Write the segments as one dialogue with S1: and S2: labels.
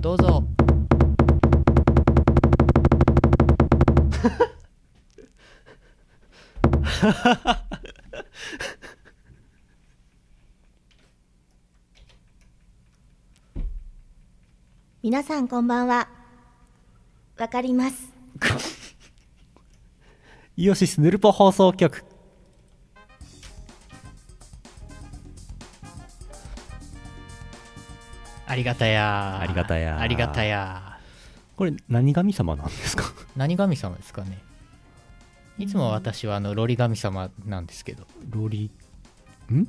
S1: どうぞ
S2: 皆さんこんばんは。わかります。
S3: イオシスヌルポ放送局
S1: ありがたやー
S3: ありがたやー
S1: ありがたや
S3: これ何神様なんですか
S1: ー何神様ですかねいつも私はあのロリ神様なんですけど
S3: ロリん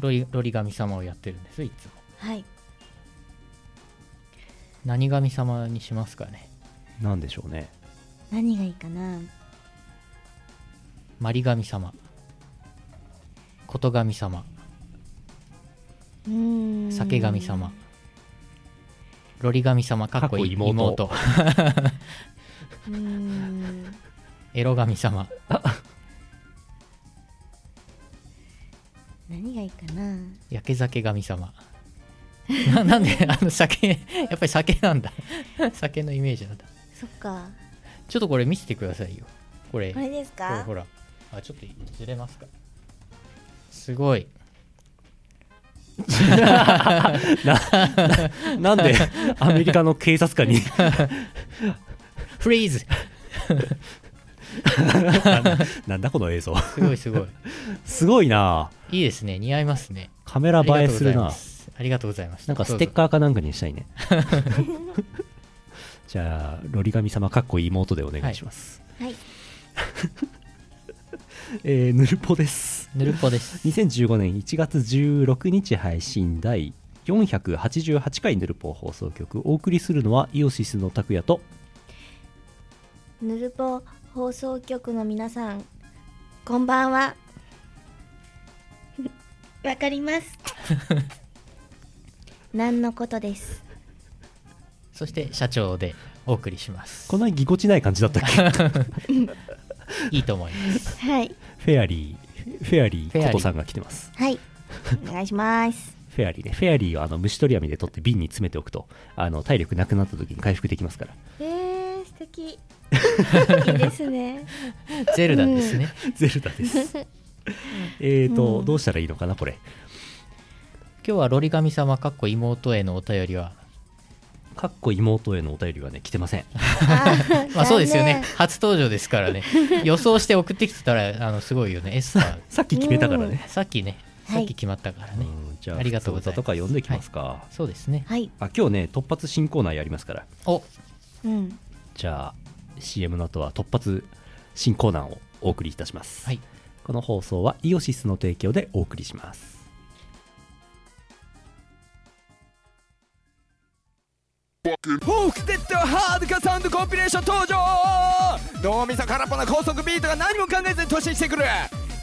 S1: ロリロリ神様をやってるんですいつも
S2: はい。
S1: 何神様にしますかね
S3: なんでしょうね
S2: 何がいいかな。
S1: マリ神様こと神様
S2: うーん。
S1: 酒神様ロリ神様かっこいい
S3: かっこ妹
S1: 妹
S2: うーん。
S1: エロ神様
S2: 何がいいかな。
S1: 焼け酒神様ななんであの酒やっぱり酒なんだ酒のイメージなんだ
S2: そっか。
S1: ちょっとこれ見せてくださいよこれ
S2: こ
S1: これ
S2: れですか
S1: ほ。らあちょっとずれますかすごい
S3: なんでアメリカの警察官に
S1: フリーズ
S3: なんだこの映像
S1: すごいすごい
S3: すごいない
S1: いですね似合いますね
S3: カメラ映えするな
S1: ありがとうございます
S3: なんかステッ
S1: ー
S3: カーかなんかにした いねじゃあロリ神様かっこいい妹でお願いします、
S2: はい。
S3: えーヌルポです
S1: ぬるっぽです
S3: 2015年1月16日配信第488回ヌルポ放送局お送りするのはイオシスの拓也と
S2: ぬるぽ放送局の皆さん。こんばんは。 わか ります。何のことです。
S1: そして社長でお送りします
S3: こんなにぎこちない感じだったっけ
S1: いいと思います
S2: はい。
S3: フェアリーフェアリ
S1: フェア
S3: ー
S1: リー
S3: ことさんが来てます
S2: はい。お願いします。
S3: フェアリーねフェアリーをあの虫取り網で取って瓶に詰めておくとあの体力なくなった時に回復できま すから
S2: えー、素敵。いいですね。
S1: ゼルダですね、
S3: ゼルダですえーと、
S2: うん
S3: どうしたらいいのかなこれ
S1: 今日はロリ神様かっこ妹へのお便りは
S3: かっこ妹へのお便りはね来てません
S1: まあそうですよ
S2: 残
S1: ね
S2: 念。
S1: 初登場ですからね。予想して送ってきてたら、あの、すごいよね。エスタ ー。
S3: さっき決めたからね、
S1: さっきね、
S2: はい
S1: さっき決まったから
S3: う
S1: ね。
S3: んじゃあ
S1: ありがとうございます
S3: 普通歌とか読んできますか、
S1: そうですね。
S2: はい。
S3: あ今日ね突発新コーナーやりますから
S1: お、
S2: うん。
S3: じゃあ CM の後は突発新コーナーをお送りいたします、
S1: はい。
S3: この放送はイオシスの提供でお送りします
S4: フォークテッドハードカサウンドコンピレーション登場脳みそ空っぽな高速ビートが何も考えずに突進してくる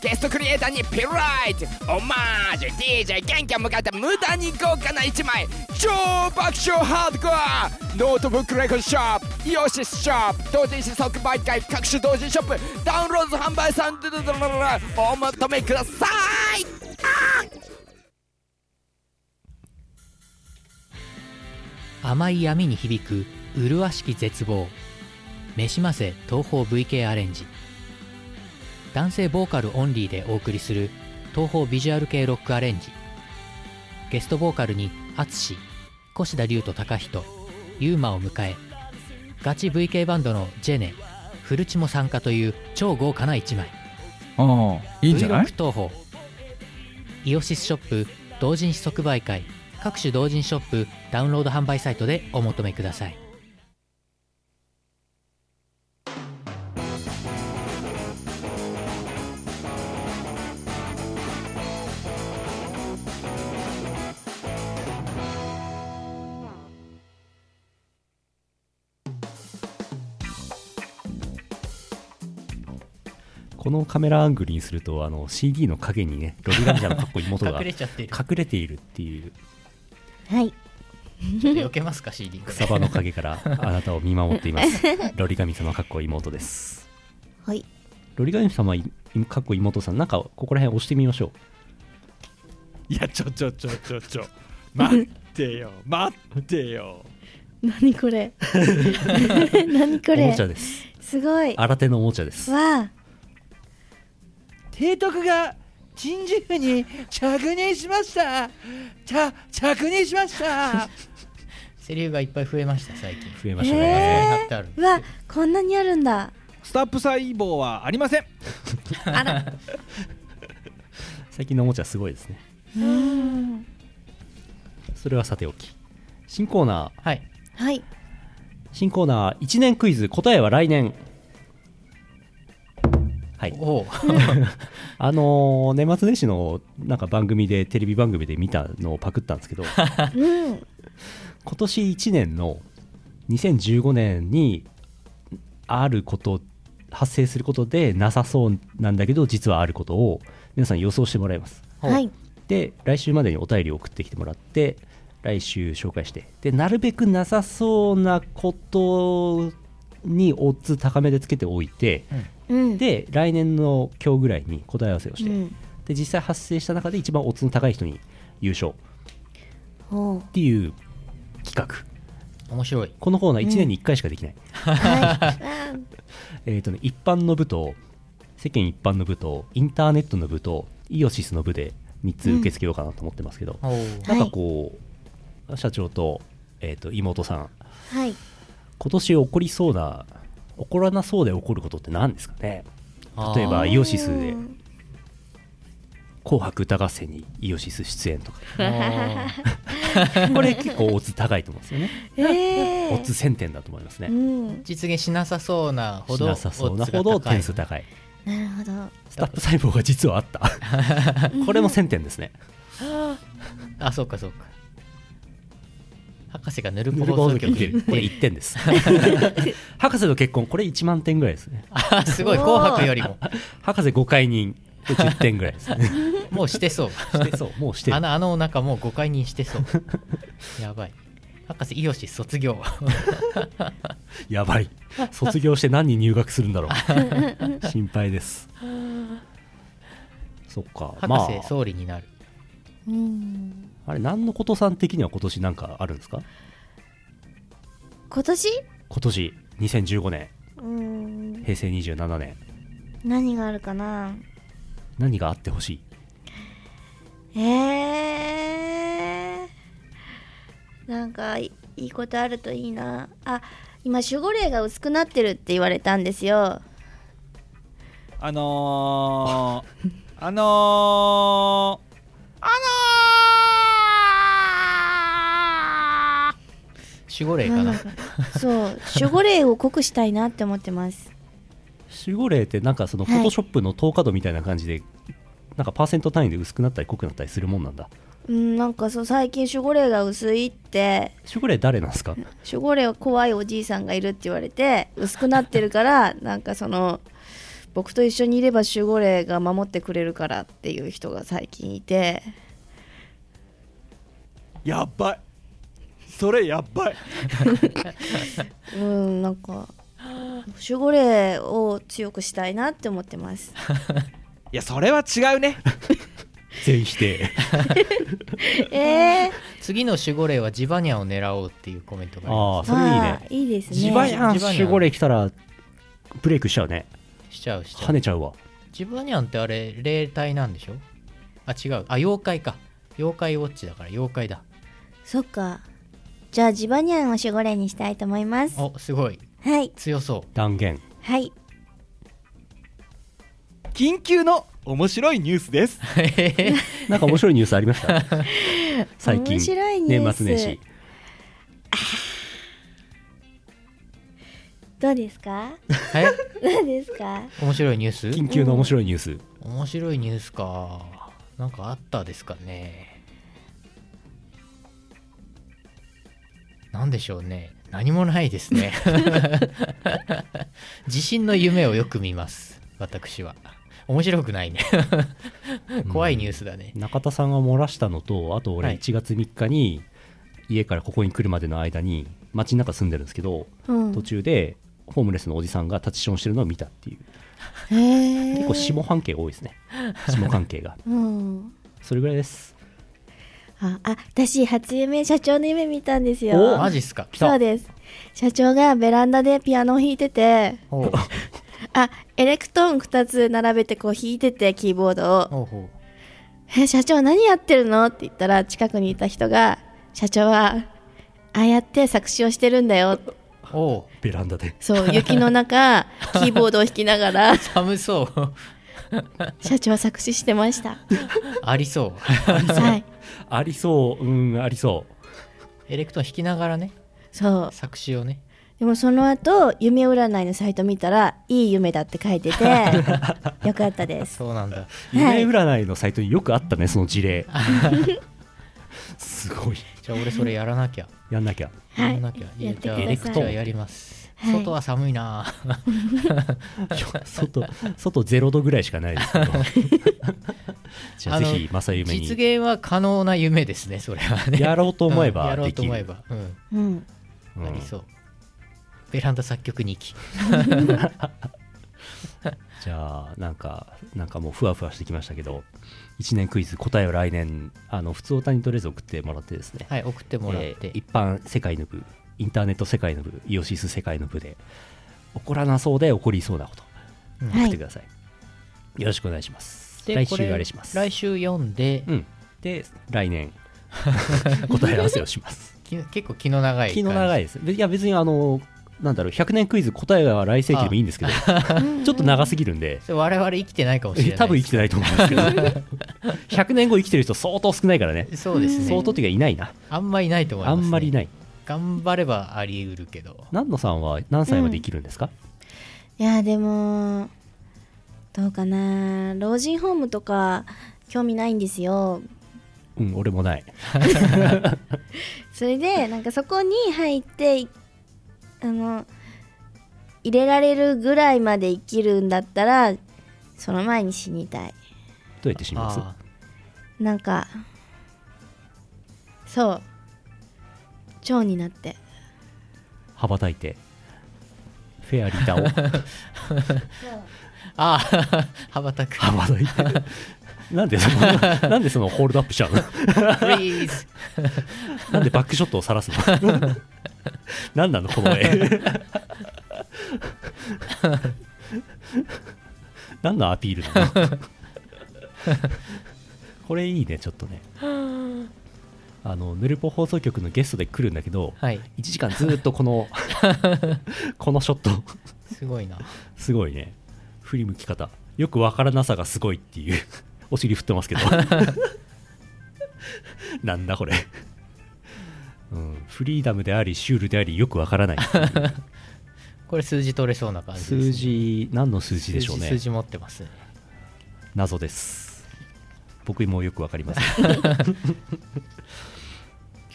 S4: ゲストクリエイターにピライトオマージュ DJ キャンキャン迎えた無駄に豪華な一枚超爆笑ハードコアノートブックレコードショップイオシスショップ同人誌即売会各種同人ショップダウンロード販売サウンドドドドドドお求めください
S1: 甘い闇に響く麗しき絶望めしませ東方 VK アレンジ男性ボーカルオンリーでお送りする東方ビジュアル系ロックアレンジゲストボーカルに淳越田龍と高人ユーマを迎えガチ VK バンドのジェネフルチも参加という超豪華な一枚
S5: ああいいんじゃない
S1: V6 東宝イオシスショップ同人誌即売会各種同人ショップダウンロード販売サイトでお求めください
S3: このカメラアングルにするとあの CD の影にねロリガミちゃんのかっこいい妹が隠
S1: ちゃって
S3: れているっていう
S2: はい。
S1: 避けますか CD
S3: 草葉の陰からあなたを見守っていますロリガミ様かっこいい妹です
S2: はい。
S3: ロリガミ様いかっこいい妹さんなんかここら辺押してみましょう
S5: いやちょちょちょちょちょ
S3: 待ってよ待ってよ
S2: 何こ れ何こ
S3: おも
S2: れ
S3: ちゃです
S2: すごいわ
S3: 新手のおもちゃです
S2: あ
S6: 提督が人事部に着任しましたた着任しました
S1: セリフがいっぱい増えました最近
S3: 増えま
S2: へ
S3: したね、
S1: 貼っ
S2: え
S1: てある
S2: うわこんなにあるんだ
S6: スタップ細胞はありません
S2: あら
S3: 最近のおもちゃすごいですね
S2: うん
S3: それはさておき新コーナー
S1: はい
S2: はい
S3: 新コーナー1年クイズ答えは来年はい
S1: おお
S3: あのー年末年始のなんか番組でテレビ番組で見たのをパクったんですけど今
S2: うん
S3: 年1年の2015年にあること発生することでなさそうなんだけど実はあることを皆さん予想してもらいます
S2: はい
S3: で来週までにお便りを送ってきてもらって来週紹介してでなるべくなさそうなことにオッズ高めでつけておいて
S2: うん
S3: で来年の今日ぐらいに答え合わせをして、
S2: うん
S3: で実際発生した中で一番オッズの高い人に優勝っ
S2: ほう
S3: ていう企画
S1: 面白い
S3: このコーナー1年に1回しかできない、
S2: はいあ
S3: えっ、とね一般の部と世間一般の部とインターネットの部とイオシスの部で3つ受け付けようかなと思ってますけど、
S1: おお
S3: なんかこう、社長と,、えー、と妹さん、
S2: はい
S3: 今年起こりそうな、起こらなそうで起こることって何ですかね、例えばイオシスで
S2: うん
S3: 紅白歌合戦にイオシス出演とか、
S1: あー
S3: これ結構オッズ高いと思うんですよね、
S2: え
S3: オッズ
S2: ー
S3: 1000点だと思います
S2: う
S3: ね。
S2: ん
S1: 実現しなさそうなほ
S3: し
S1: ど
S3: なさそうなほ
S1: オ
S3: ど
S1: ッズが高い
S3: 点数高い
S2: なるほど
S3: スタップ細胞が実はあったこれも1000点ですね
S1: あそうかそうか博士がぬる
S3: ヌ
S1: ぽ
S3: ル
S1: 放
S3: ボ
S1: 送
S3: ー
S1: 局
S3: ズ
S1: に行
S3: る
S1: っ
S3: これ
S1: て
S3: 1点です 博士と結婚これ1万点ぐらいですね
S1: あすごい紅白よりも
S3: 博士5回人これ10点ぐらいですね
S1: もうしてそう
S3: してそうもうしてる
S1: あのあのお腹もう誤解にしてそうやばい博士イオシス卒業
S3: やばい卒業して何人入学するんだろ う心配ですそっか
S1: 博
S3: ま
S1: 士総理になる、
S2: うん
S3: ああれ何のことさん的には今年なんかあるんですか
S2: 今年
S3: 今年2015年
S2: うん
S3: 平成27年
S2: 何があるかな
S3: 何があってほしい
S2: えー、なんかいいいことあるといいなあ今守護霊が薄くなってるって言われたんですよ
S6: あの ー、あのー、
S1: 守護霊かな
S2: なんそう守護霊を濃くしたいなって思ってます
S3: 守護霊ってなんかその
S2: は
S3: フ
S2: い
S3: ォトショップの透過度みたいな感じで、なんかパーセント単位で薄くなったり濃くなったりするもんなんだ
S2: うんなんかそう最近守護霊が薄いって
S3: 守護霊誰なんですか
S2: 守護霊は怖いおじいさんがいるって言われて薄くなってるからなんかその僕と一緒にいれば守護霊が守ってくれるからっていう人が最近いて
S6: やっばいそれやっばい
S2: うんなんか守護霊を強くしたいなって思ってます
S6: いやそれは違うね
S3: 全 否定
S2: えー、
S1: 次の守護霊はジバニャンを狙おうっていうコメントがあり
S3: ああそれいい
S2: あ
S3: ね
S2: ーいいですね
S3: ジバニャン
S1: ジバニャン
S3: 守護霊来たらブレイクしちゃうね
S1: ますしちゃうしちゃ
S3: 跳
S1: う、
S3: ねちゃうわ
S1: ジバニャンってあれ霊体なんでしょあ違うあ妖怪か妖怪ウォッチだから妖怪だ
S2: そっかじゃあジバニャンを守護霊にしたいと思います
S1: おすごい
S2: はい
S1: 強 そう
S3: 断言
S2: はい
S6: 緊急の面白いニュースです
S3: なんか面白いニュースありました最近
S2: 面白 いニュース
S3: 年末年始
S2: どうですか
S1: え
S2: どうですか
S1: 面白いニュー
S3: 緊
S1: ス
S3: 急の面白いニュース、
S1: 面白いニュースかなんかあったですかねなんでしょうね何もないですね 地震の夢をよく見ます私は面白くないね怖いニュースだね、
S3: 中田さんが漏らしたのとあと俺
S1: はい
S3: 1月3日に家からここに来るまでの間に街の中住んでるんですけど
S2: うん
S3: 途中でホームレスのおじさんが立ちションしてるのを見たっていう
S2: へー
S3: 結構下半径が多いですね下関係が
S2: うん
S3: それぐらいです
S2: ああ私初夢社長の夢見たんです
S3: お
S1: お
S2: よ
S1: マジっすか
S3: 来
S2: そう
S3: た
S2: です社長がベランダでピアノを弾いてて
S1: ほう
S2: あエレクトーン2つ並べてこう弾いててキーボードを
S1: ほうほ
S2: 「え社長何やってるの?」って言ったら近くにいた人が「社長はああやって作詞をしてるんだよって」
S1: うおう
S3: ベランダで
S2: そう雪の中キーボードを弾きながら
S1: 寒そう
S2: 社長は作詞してました。
S1: ありそう
S2: はい
S3: ありそううんありそう
S1: エレクトーン弾きながらね
S2: そう
S1: 作詞をね
S2: でもその後夢占いのサイト見たらいい夢だって書いててよかったです
S1: そうなんだ
S2: はい
S3: 夢占いのサイトによくあったねその事例 すごい
S1: じゃあ俺それやらなきゃ
S3: やんなきゃ
S2: はい
S1: やんなきゃい
S2: や
S1: い
S2: って
S1: じ
S2: くだ
S1: ゃ
S2: さ
S1: あ
S2: い
S1: エレクトーンやります
S2: はい
S1: 外は寒いな
S3: 外外ゼロ度ぐらいしかないですけ どじゃあ
S1: あ
S3: ぜ
S1: の
S3: ひ正夢
S1: 実
S3: に
S1: 現は可能な夢ですねそれはね
S3: やろうと思え
S1: うんや
S3: ば
S1: ろう
S3: で
S1: と
S3: き
S1: 思え
S3: る
S1: ばうん
S2: うん
S3: うん
S1: ありそうベランダ作曲に行き
S3: じゃあなんかなんかもうふわふわしてきましたけど1年クイズ答えを来年あの普通おたにとりあえず送ってもらってですね、
S1: はい送ってもらっ
S3: え
S1: て
S3: ー一般世界の部インターネット世界の部イオシス世界の部で起こらなそうで起こりそうなこと
S1: うん
S2: は
S3: 送って
S2: い
S3: ください、よろしくお願いします
S1: で
S3: 来
S1: これ
S3: 週あれします
S1: 来週読んで
S3: うんで来年 答え合わせをします
S1: き結構気の長い
S3: 気の長
S1: い
S3: いですいや別にあのなんだろう100年クイズ答えは来世紀でもいいんですけどちょっと長すぎるんで
S1: 我々生きてないかもしれない
S3: 多分生きてないと思うんですけど100年後生きてる人相当少ないからね
S1: そうですね
S3: 相当っていうかいないな
S1: あんまいないと思い
S3: あ
S1: ますね
S3: んまりいない
S1: 頑張ればあり得るけど
S3: 南野さんは何歳まで生きるんですか、
S2: いやでもどうかな老人ホームとか興味ないんですよ
S3: うん、俺もない
S2: それでなんかそこに入っていあの入れられるぐらいまで生きるんだったらその前に死にたい
S3: どうやって死にます
S1: あ
S2: なんかそう蝶になって
S3: 羽ばたいてフェアリータを
S1: ーあー 羽ばたく
S3: 羽ばたいて なんでそのなんでそのホールドアップしちゃうの
S1: Please
S3: なんでバックショットを晒すのなんなのこの絵何のアピールなのこれいいねちょっとねあのヌルポ放送局のゲストで来るんだけど、
S1: はい
S3: 1時間ずーっとこのこのショット
S1: すごいな
S3: すごいね振り向き方よくわからなさがすごいっていう お尻振ってますけど なんだこれ、うん、フリーダムでありシュールでありよくわからない
S1: これ数字取れそうな感じですね
S3: 数字何の数字でしょう
S1: 数字
S3: ね
S1: 数字持ってますね
S3: 謎です僕もよくわかりませ ん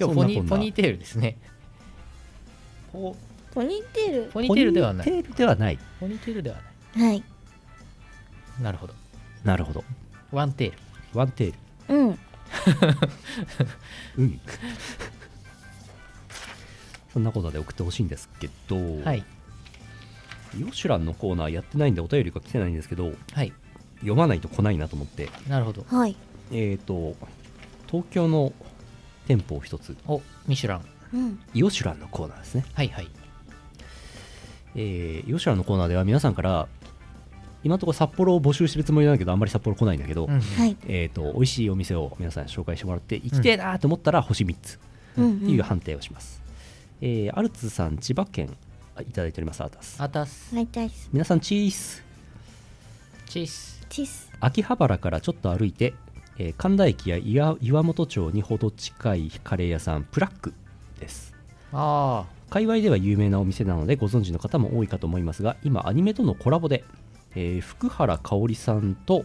S1: 今日ポ
S3: そんなこ
S1: ニ
S3: んな
S1: ポニーテールですね
S3: ポ
S2: ポニーテー
S1: ポニーテールではな
S3: ポニ
S1: い
S3: ーテールではない
S1: ポニーテールではな
S2: ルはい
S1: いなるほど
S3: なるほど
S1: ワンテール
S3: ワンテー
S2: う
S3: ル
S2: ん
S3: うん そんなことで送ってほしいんですけど、
S1: はい
S3: ヨシュランのコーナーやってないんでお便りが来てないんですけど
S1: はい
S3: 読まないと来ないなと思って
S1: なるほど
S2: はい
S3: えっ、と東京の店舗を一つ
S1: おミシュラン
S2: うん
S3: ヨシュランのコーナーですね、
S1: はいはい
S3: えー、ヨシュランのコーナーでは皆さんから今のところ札幌を募集してるつもりなんだけどあんまり札幌来ないんだけど、
S1: うん
S2: はい
S3: えー、と美味しいお店を皆さん紹介してもらって行きてえなと思ったら星3つ
S2: うん
S3: っていう判定をします、えーアルツさん千葉県あいただいておりますアータス
S1: あたす
S2: はいたいす
S3: 皆さんチース
S1: チース
S2: チス
S3: 秋葉原からちょっと歩いて、えー神田駅や岩岩本町にほど近いカレー屋さんプラックです
S1: あ
S3: 界隈では有名なお店なのでご存知の方も多いかと思いますが今アニメとのコラボで、えー福原香織さんと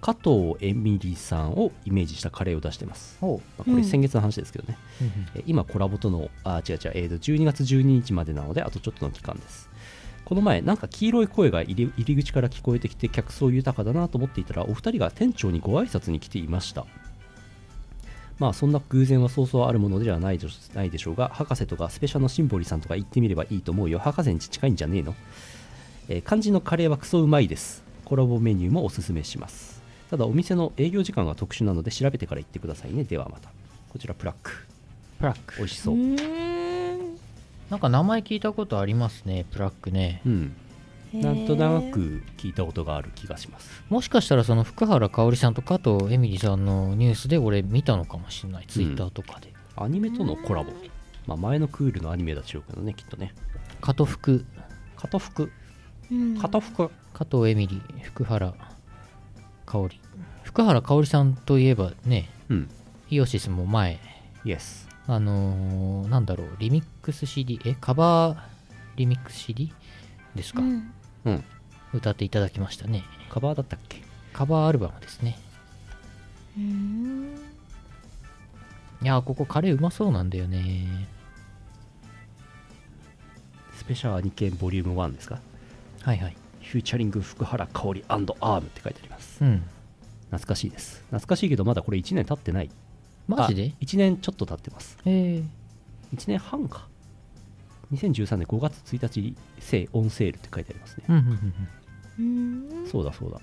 S3: 加藤恵美里さんをイメージしたカレーを出してます、
S1: あほ
S3: まあこ
S2: う
S3: れ
S2: ん
S3: 先月の話ですけどね、
S1: う、うん
S3: えー今コラボとのあ違う違う、えーと12月12日までなのであとちょっとの期間ですこの前なんか黄色い声が入り入り口から聞こえてきて客層豊かだなと思っていたらお二人が店長にご挨拶に来ていましたまあそんな偶然はそうそうあるものではないでしないでしょうが博士とかスペシャルのシンボリさんとか行ってみればいいと思うよ博士に近いんじゃねえの、えー漢字のカレーはクソうまいですコラボメニューもおすすめしますただお店の営業時間が特殊なので調べてから行ってくださいねではまたこちらプラック
S1: プラック
S3: 美味しそう、
S2: ーん
S1: なんか名前聞いたことありますねプラックね
S3: うん、
S2: へー
S3: なんとなく聞いたことがある気がします
S1: もしかしたらその福原香織さんとかとエミリーさんのニュースで俺見たのかもしれないツイッターとかで、
S3: アニメとのコラボ、まあ、前のクールのアニメだっちゅうけどねきっとね
S1: 加藤福
S3: 加藤福
S2: うん
S3: 加藤福
S1: 加藤エミリー福原香織福原香織さんといえばね
S3: うん
S1: イオシスも前
S3: イエス
S1: あのーなんだろうリミックス CD えカバーリミックス CD ですか、
S2: うん
S3: うん
S1: 歌っていただきましたね
S3: カバーだったっけ
S1: カバーアルバムですね
S2: うん
S1: いやーここカレーうまそうなんだよね
S3: スペシャルアニケンボリューム1ですか
S1: はいはい
S3: フューチャリング福原香織アームって書いてあります
S1: うん
S3: 懐かしいです懐かしいけどまだこれ1年経ってない
S1: マジで
S3: ?1 年ちょっと経ってます
S1: え
S3: 1年半か2013年5月1日セオンセールって書いてありますね
S1: えうんうんうんうん
S2: うん
S3: そうだそうだ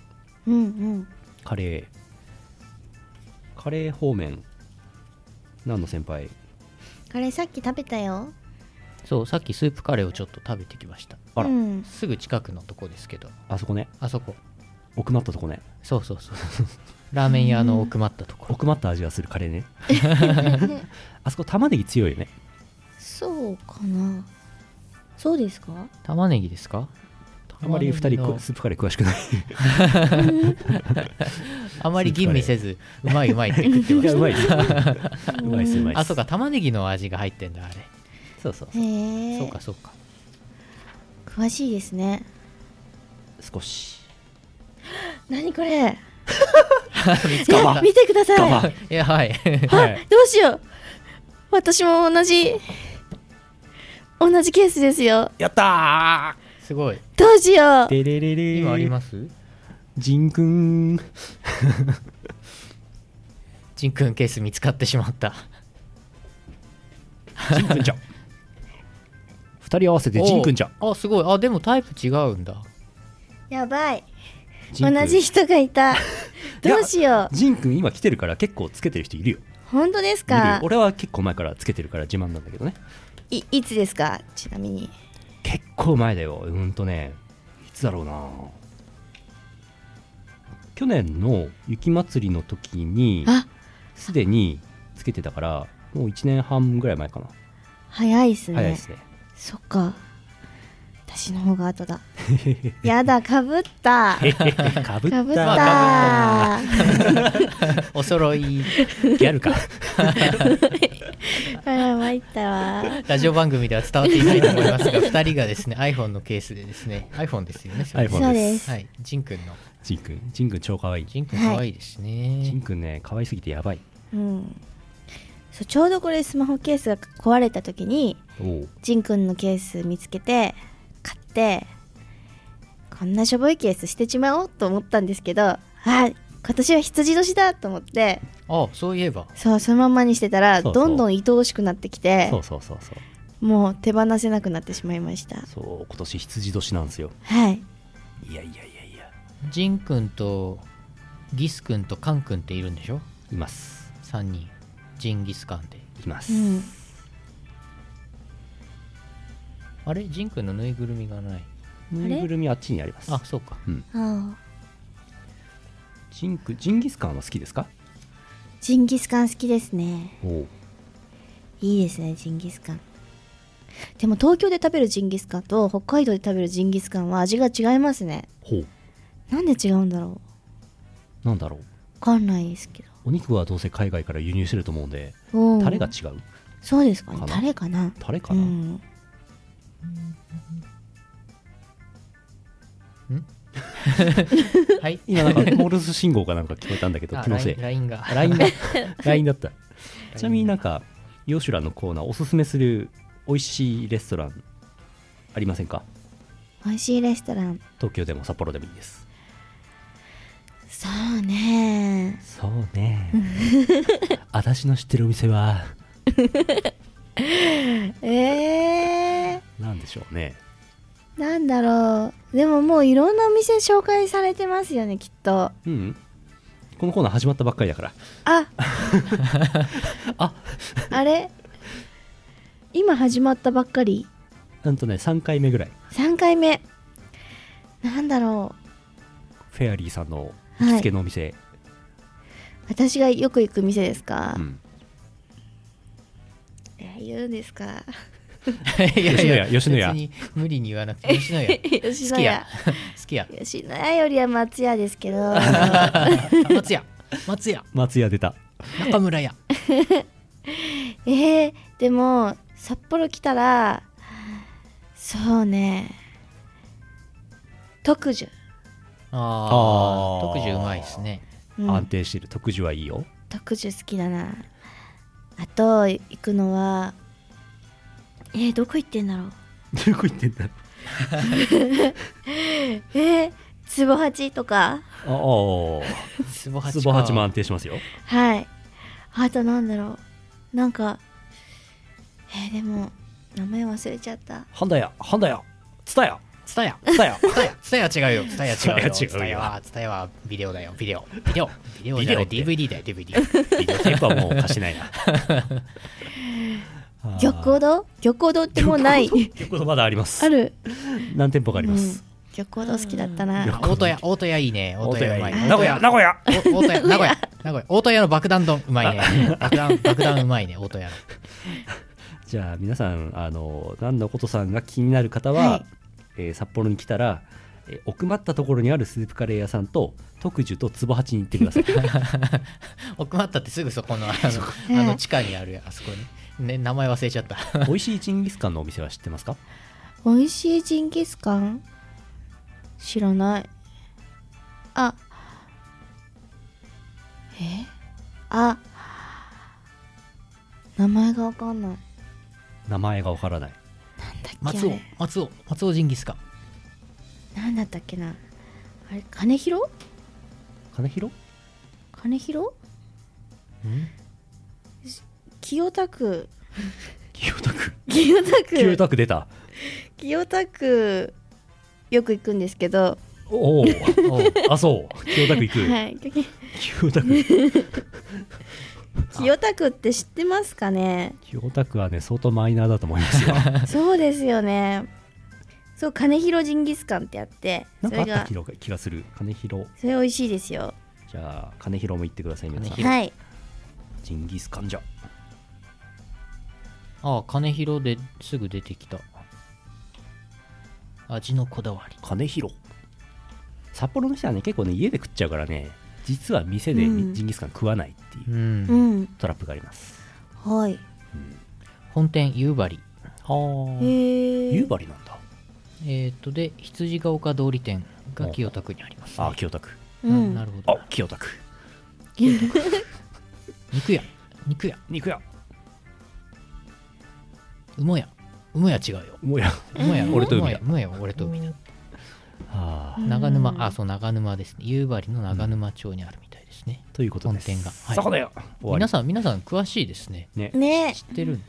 S2: うん
S3: カレーカレー方面何の先輩
S2: カレーさっき食べたよ
S1: そうさっきスープカレーをちょっと食べてきました
S3: あら、
S2: うん
S1: すぐ近くのとこですけど
S3: あそこね
S1: あそこ
S3: 奥まったとこね
S1: そうそう そうラーメン屋の奥まったところ
S3: 奥まった味がするカレーね あそこ玉ねぎ強いよね
S2: そうかなそうですか
S1: 玉ねぎですか
S3: あんまり2
S1: 玉
S3: 人こ
S1: ねぎの
S3: スープカレー詳しくない
S1: あまり吟味せずうまいうまいって 食ってま
S3: いやう
S1: し
S3: まいです うまいですうまい
S1: た
S3: です
S1: あ そうか玉ねぎの味が入ってんだあれ
S3: そうそう
S2: へえ
S1: そうかそうか
S2: 詳しいですね
S3: 少し
S2: 何これ
S1: 見つ
S2: い
S1: か
S2: や
S1: っ
S2: 見てください
S3: ガバ
S2: あ
S1: たいやはい
S3: はい
S2: どうしよう私も同じ同じケースですよ
S3: やった
S1: すごい
S2: どうしよう
S3: ーでれれれ
S1: 今あります
S3: ジンくん
S1: ジンくんケース見つかってしまった
S3: ジンくんちゃん2人合わせてジンくんちゃん
S1: おうあすごいあでもタイプ違うんだ
S2: やばい
S3: ジン
S2: 同
S3: くん
S2: じ人がいたどうしよう
S3: ジンくん今来てるから結構つけてる人いるよ
S2: 本当です
S3: いるよ
S2: か
S3: 俺は結構前からつけてるから自慢なんだけどね
S2: いいつですかちなみに
S3: 結構前だようんとねいつだろうな去年の雪祭りの時に
S2: あ
S3: すでにつけてたからもう1年半ぐらい前かな
S2: 早いっすね
S3: 早いで すね
S2: そっか私の方が後だ やだかぶった
S3: かぶ
S2: かぶ
S1: か
S2: った
S1: お揃い
S3: ギャル か
S2: あら参ったわ
S1: ラジオ番組では伝わっていないと思いますが、2人が ですね、iPhone のケースでですね、iPhone ですよね、それ
S3: iPhone
S2: そうです
S1: はい、ジンくんの。
S3: ジンくんジンくん超かわいい
S1: ジンくん可愛いです
S3: ジン
S1: ね。
S3: くんね可愛すぎてやばい
S2: うんそうちょうどこれスマホケースが壊れた時に
S3: おお
S2: ジンくんのケース見つけて買ってこんなしょぼいケースしてしまおうと思ったんですけどあ今年は羊年だと思って
S1: あ、そういえば。
S2: そうそのまんまにしてたら
S3: そうそう
S2: どんどん愛おしくなってきて
S3: そうそうそうそう
S2: もう手放せなくなってしまいました
S3: そう今年羊年なんですよ
S2: はい
S3: いやいやいやいや
S1: ジンくんとギスくんとカンくんっているんでしょ
S3: います
S1: ?3 人。ジンギスカンで。
S3: います、
S2: うん
S1: あれジンくんのぬいぐるみがない。
S3: ぬいぐるみあっちにあります
S1: あ、そうか。
S2: ああ
S3: ジンクジンギスカンは好きですか
S2: ジンギスカン好きですね
S3: おお
S2: いいですねジンギスカンでも東京で食べるジンギスカンと北海道で食べるジンギスカンは味が違いますね
S3: ほう
S2: なんで違うんだろ
S3: なんだろう
S2: うわかんないですけど
S3: お肉はどうせ海外から輸入してると思うんで
S2: うん
S3: タレが違う
S2: そうですかね
S3: かな
S2: タレかな
S3: タレかな、
S2: うん、
S1: はい。
S3: 今 なんかモールス信号かなんか聞こえたんだけど
S1: あ
S3: 気のせい
S1: LINE が。
S3: LINE だ LINE だった ちなみになんかヨシュラのコーナーおすすめする美味しいレストランありませんか
S2: 美味しいレストラン
S3: 東京でも札幌でもいいです
S2: そうね
S3: そう ね私の知ってるお店は
S2: えー、
S3: 何でしょうね
S2: なんだろうでももういろんなお店紹介されてますよねきっと
S3: うんこのコーナー始まったばっかりだから
S2: あ
S3: あ
S2: あれ今始まったばっかり
S3: なんとね3回目ぐらい
S2: 3回目なんだろ
S3: フェアリーさんの
S2: う、
S3: 着
S2: は
S3: 付け
S2: い、
S3: のお店、
S2: 私がよく行く店ですか、
S3: うん
S2: いや言うんです か
S1: いやいや
S3: 吉野家吉野家
S1: 別に無理に言わなくて吉野家
S2: 吉
S1: 好
S2: 野
S1: きや
S2: 家
S1: 好きや
S2: 吉野家よりは松屋で すけど
S1: 松屋松屋
S3: 松屋出た
S1: 中村屋
S2: えー、でも札幌来たらそうね特需、
S1: あ
S3: あ
S1: あ
S3: ー
S1: 特需うまいですね
S2: う
S3: 安
S2: ん、
S3: 定してる特需はいいよ
S2: 特需好きだなあと行くのはえー、どこ行ってんだろう
S3: どこ行ってんだ
S2: えー、つぼ八とか
S3: ああ
S1: つぼ
S3: あ
S1: 八
S3: ツボ八も安定しますよ
S2: はいあとなんだろうなんかえー、でも名前忘れちゃった
S3: ハンダやハンダやツタヤ
S1: ツタヤ
S3: ツタヤ
S1: ツタヤツタヤ違うよツタヤ違うよ
S3: ツ
S1: ツタ
S3: タヤ違うよ
S1: ヤはツタヤはビデオだよビデオビデオビデオ
S3: ビ
S1: じゃ
S3: デ
S1: な
S3: オ
S1: い
S3: って
S1: DVD だよ DVD
S3: ビデオテープはもう貸してない なあー
S2: 漁港堂漁港堂ってもうない
S3: 漁港漁港まだあります
S2: ある
S3: 何店舗かあります、
S2: うん、漁港堂好きだった
S3: うん
S2: な
S1: 大戸屋大戸屋いいね大戸屋うまいね
S3: 名古屋名古屋
S1: お大戸屋名古屋名古屋大戸屋の爆弾丼うまいね 爆弾爆弾うまいね大戸屋の
S3: じゃあ皆さんあの何のことさんが気になる方は、
S2: はい
S3: えー札幌に来たら、えー奥まったところにあるスープカレー屋さんと特需とつぼ八に行ってく ださい
S1: 奥まったってすぐそこのあ
S2: ええ
S1: のあの地下にあるあそこにね名前忘れちゃった
S3: 美味しいジンギスカンのお店は知ってますか
S2: 美味しいジンギスカン知らないあえあ名前がわかんない
S3: 名前がわからない
S2: なんだっけあ
S1: 松尾
S2: れ
S1: 松尾松尾ジンギスカン
S2: なんだったっけなあれ金広
S3: 金広
S2: 金広し清田区
S3: 清田区
S2: 清田区
S3: 清田区出た
S2: 清田区よく行くんですけど、
S3: おおあそう清田区行く、
S2: はい、
S3: 清田区
S2: 清田区って知ってますかね
S3: 清田区はね相当マイナーだと思いますよ
S2: そうですよね。そう金広ジンギスカンってあって、
S3: な
S2: そ
S3: んかあ
S2: れ
S3: った
S2: が
S3: 気が気がする金広
S2: それ美味しいですよ。
S3: じゃあ金広も行ってください皆さん
S1: 金広
S2: はい。
S3: ジンギスカンじゃ
S1: ああ金広ですぐ出てきた味のこだわり、
S3: 金広札幌の人はね結構ね家で食っちゃうからね実は店で
S2: うん
S3: ジンギスカン食わないっていううん
S2: うん。
S3: トラップがあります、
S2: はい。
S1: 本店夕張
S2: へ
S3: はあ
S2: え。
S3: 夕張なんだ
S1: えーっとで羊ヶ丘通り店が清田区にあります、ね、
S3: あ清田区
S2: う
S1: うん
S2: ん。
S1: なるほど
S3: あ清田区
S1: 肉屋肉屋
S3: 肉屋
S1: うもやうもや違うよ
S3: もうや
S1: うもや
S3: 俺と海だ
S1: うもやうもや俺と海だ
S3: ああ
S1: 長沼あそう長沼ですね夕張の長沼町にあるみたいですね、
S3: ということです
S1: 本店がはい
S3: そこだよ終わり
S1: 皆さん皆さん詳しいですね
S3: ね
S2: ね。
S1: 知ってる、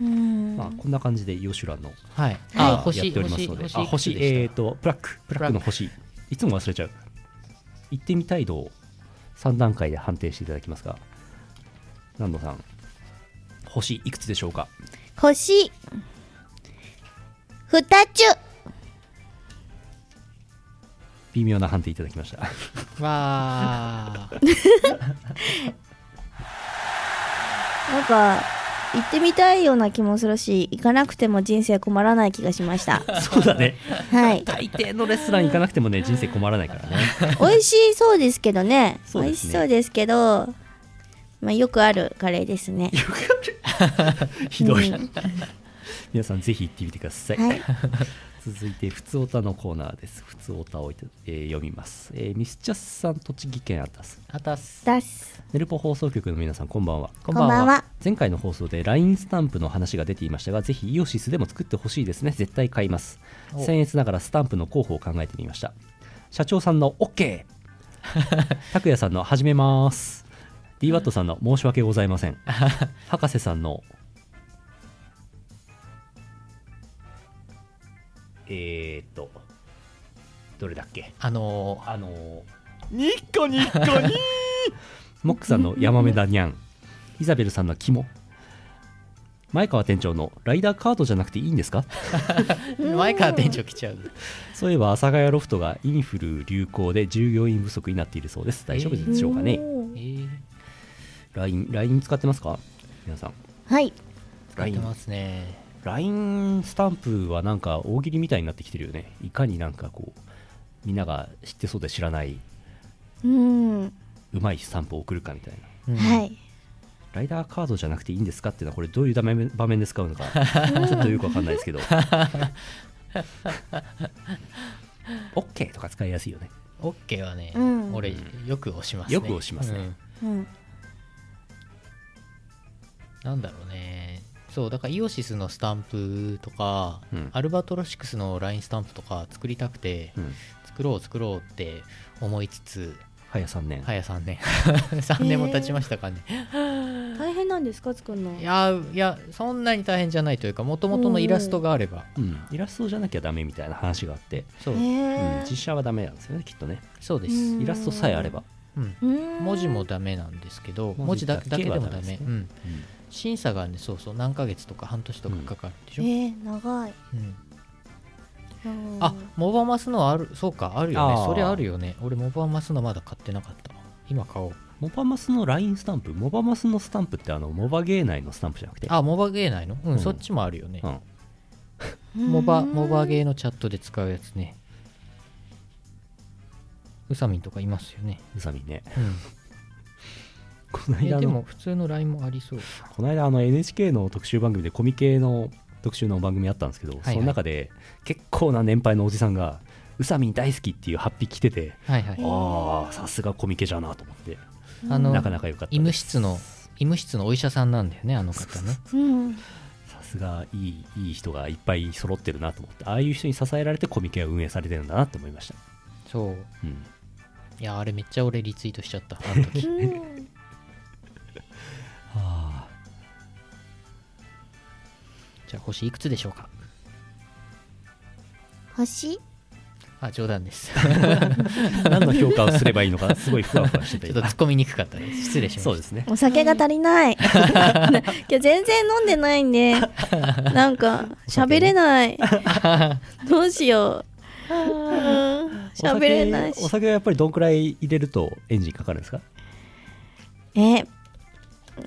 S2: うん。
S3: まあ、こんな感じでヨシュランの
S1: はいあ
S3: や
S1: 星
S3: っておりますので、
S1: 星
S3: あ星
S1: 星いくつで
S3: え
S1: し
S3: っ、
S1: た
S3: とプラックプラックの星いつも忘れちゃう行ってみたい度を3段階で判定していただきますが南野さん星いくつでしょうか
S2: 星二つ。
S3: 微妙な判定いただきました
S1: わあ
S2: なんか行ってみたいような気もするし、行かなくても人生困らない気がしま した。
S3: そうだね
S2: はい。
S3: 大抵のレストラン行かなくてもね人生困らないからね
S2: 美味しそうですけどね。
S3: そ
S2: 美
S3: うです
S2: 味し
S3: ね
S2: そうですけど、まあよくあるカレーですね。
S3: ひどい
S2: うん
S3: 皆さんぜひ行ってみてください、
S2: はい。
S3: 続いてふつおたのコーナーですふつおたをいた、えー読みます、えーミスチャスさん栃木県あたす
S1: あたす
S2: 出す。
S3: ネルポ放送局の皆さんこんばんは
S1: こ
S2: こんばんは。
S3: 前回の放送で LINE スタンプの話が出ていましたがぜひイオシスでも作ってほしいですね絶対買います
S1: お
S3: 僭越ながらスタンプの候補を考えてみました社長さんの OK 拓也さんの始めまーす DWAT さんの申し訳ございま せん博士さんのえー、っとどれだっけ
S1: あのー
S3: あのー
S4: ニッコニッコニ
S3: モックさんのヤマメだにゃんイザベルさんの肝前川店長のライダーカードじゃなくていいんですか
S1: 前から店長来ちゃう
S3: そういえば阿佐ヶ谷ロフトがインフル流行で従業員不足になっているそうです大丈夫でしょうかね
S2: おー
S1: えー、
S3: LINE LINE 使ってますか皆さん
S2: はい
S1: 使ってますね
S3: LINE スタンプはなんか大喜利みたいになってきてるよねいかになんかこうみんなが知ってそうで知らない
S2: うん、
S3: うまいスタンプを送るかみたいな
S2: はい
S3: ライダーカードじゃなくていいんですかっていうのはこれどういう場面場面で使う のかちょっとよくわかんないですけど OK とか使いやすいよね
S1: OK はね、
S2: うん
S1: 俺よく押しますね
S3: よく押しますね
S1: うん
S2: うん
S1: なんだろうねそうだからイオシスのスタンプとか、
S3: うん
S1: アルバトロシクスの LINE スタンプとか作りたくて、
S3: うん
S1: 作ろう作ろうって思いつつ
S3: 早3年、
S1: 早3年 3年も経ちましたかね、
S2: 大変なんですか作るの
S1: いやーいやそんなに大変じゃないというかもともとのイラストがあれば、
S3: うん、イラストじゃなきゃダメみたいな話があって、
S1: そう
S3: うん
S2: へ
S3: 実写はダメなんですよねきっとね
S1: そうで
S2: う
S1: す、
S2: ん
S3: イラストさえあれば、
S1: うん、
S2: ー
S1: 文字もダメなんですけど文
S3: 文
S1: 字
S3: 字
S1: だ
S3: だ
S1: だけでもダ
S3: だけはダメ
S1: メ
S3: ですね
S1: うん、審査がねそうそう何ヶ月とか半年とかかかるでしょ、
S2: えー、長い
S1: うん
S2: うん
S1: あモバマスのあるそうかあるよね
S3: あー
S1: それあるよね俺モバマスのまだ買ってなかったわ今買おう
S3: モバマスの LINE スタンプモバマスのスタンプってあのモバゲー内のスタンプじゃなくて
S1: あモバゲーないのうん、
S3: うん
S1: そっちもあるよね
S3: う、ん、
S1: モバ
S2: うん
S1: モバゲーのチャットで使うやつねうさみんとかいますよね、
S3: うさみんね
S1: うん、
S3: この
S1: いや
S3: 間
S1: で
S3: の
S1: も普通の LINE もありそう
S3: この間あの NHK の特集番組でコミケの特集の番組あったんですけど、
S1: はい
S3: その中で結構な年配のおじさんが「うさみん大好き」っていうハッピー着てて、
S1: はいはい
S3: ああさすがコミケじゃなと思って
S1: あの
S3: なかなか良かったです
S1: 医務室の医務室のお医者さんなんだよねあの方ね
S2: うん
S3: さすがいいいい人がいっぱい揃ってるなと思ってああいう人に支えられてコミケが運営されてるんだなと思いました、
S1: そう
S3: うん、
S1: いやあれめっちゃ俺リツイートしちゃったあの時
S2: うん
S3: はあ
S1: じゃあ星いくつでしょうか
S2: 星
S1: あ冗談です
S3: 何の評価をすればいいのか すごいふわふわして
S1: ち
S3: て
S1: ょっと突っ込みにくかったです失礼しました
S3: そうですね
S2: お酒が足りない 今日全然飲んでないんでなんか喋れないどうしよううん喋れない
S3: お酒お
S2: し
S3: 酒はやっぱりどんくらい入れるとエンジンかかるんですか
S2: え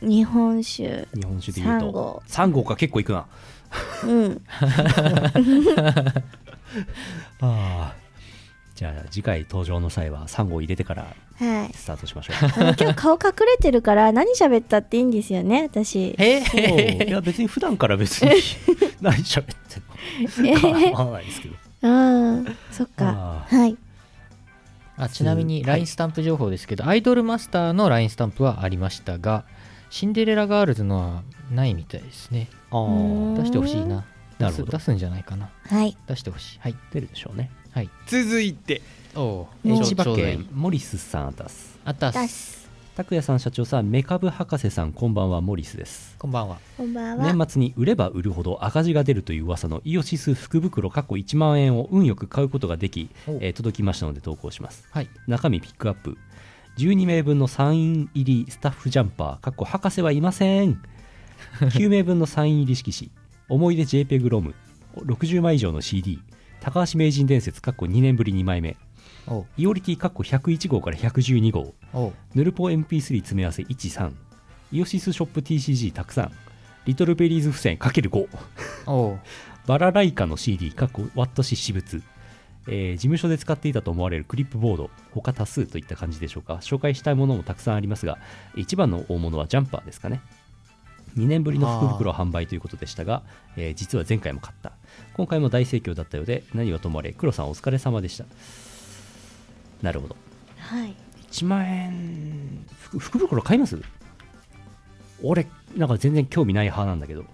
S2: 日本酒
S3: 日本酒で言
S2: 三
S3: うと
S2: 合
S3: 3合か結構いくな
S2: うん
S3: ああじゃあ次回登場の際は3号入れてから
S2: はい
S3: スタートしまし ょう
S2: あの今日顔隠れてるから何喋ったっていいんですよね私
S1: え
S3: そういや別に普段から別 に何喋っても構わないですけど
S2: うんそっか
S3: あ
S2: はい
S1: あちなみに LINE スタンプ情報ですけど、アイドルマスターの LINE スタンプはありましたがシンデレラガールズのはないみたいですね
S2: うん
S1: 出してほしいな
S3: な
S1: 出
S3: るほ
S1: す
S3: ど
S1: 出すんじゃないかな
S2: はい
S1: 出してほしいはい
S3: 出るでしょうね
S1: はい
S4: 続いて
S1: おお
S2: もう
S3: 千葉県モリスさんあたす
S1: あったっ
S2: 出
S1: す
S2: す
S3: 拓也さん社長さんメカブ博士さんこんばんはモリスです
S1: こんばんは
S2: こんばんは
S3: 年末に売れば売るほど赤字が出るという噂のイオシス福袋過去1万円を運よく買うことができ、
S1: お
S3: えー届きましたので投稿します
S1: はい
S3: 中身ピックアップ12名分のサイン入りスタッフジャンパーかっこ博士はいません9名分のサイン入り色紙思い出 JPEG ロム60枚以上の CD 高橋名人伝説かっこ2年ぶり2枚目
S1: おう
S3: イオリティかっこ101号から112号
S1: おう
S3: ヌルポ MP3 詰め合わせ13イオシスショップ TCG たくさんリトルベリーズ付箋 ×5
S1: おう
S3: バラライカの CD、かっこワット氏私物、えー事務所で使っていたと思われるクリップボード、他多数といった感じでしょうか。紹介したいものもたくさんありますが、一番の大物はジャンパーですかね。2年ぶりの福袋販売ということでしたが、えー実は前回も買った。今回も大盛況だったようで、何はともあれ、黒さんお疲れ様でした。なるほど。
S2: はい
S3: 1万円、福福袋買います俺、なんか全然興味ない派なんだけど、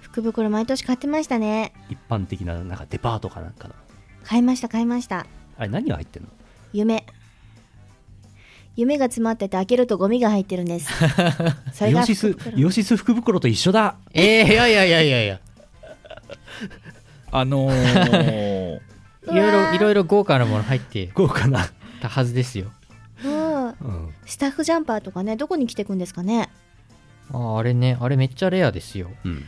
S2: 福袋毎年買ってましたね
S3: 一般的な、なんかデパートかなんかの。
S2: 買いました買いました
S3: あれ何が入ってんの
S2: 夢夢が詰まってて開けるとゴミが入ってるんです それ
S3: イ
S2: が
S3: オシス
S2: 福袋
S3: イオシス福袋と一緒だ
S1: えー、いやいやいやいやい や
S5: あのー
S1: いろいろいろいろ豪華なもの入って
S3: 豪華な
S1: たはずですよ
S3: うん、
S2: スタッフジャンパーとかねどこに着てくんですかね
S1: あーあれねあれめっちゃレアですよ
S3: うん、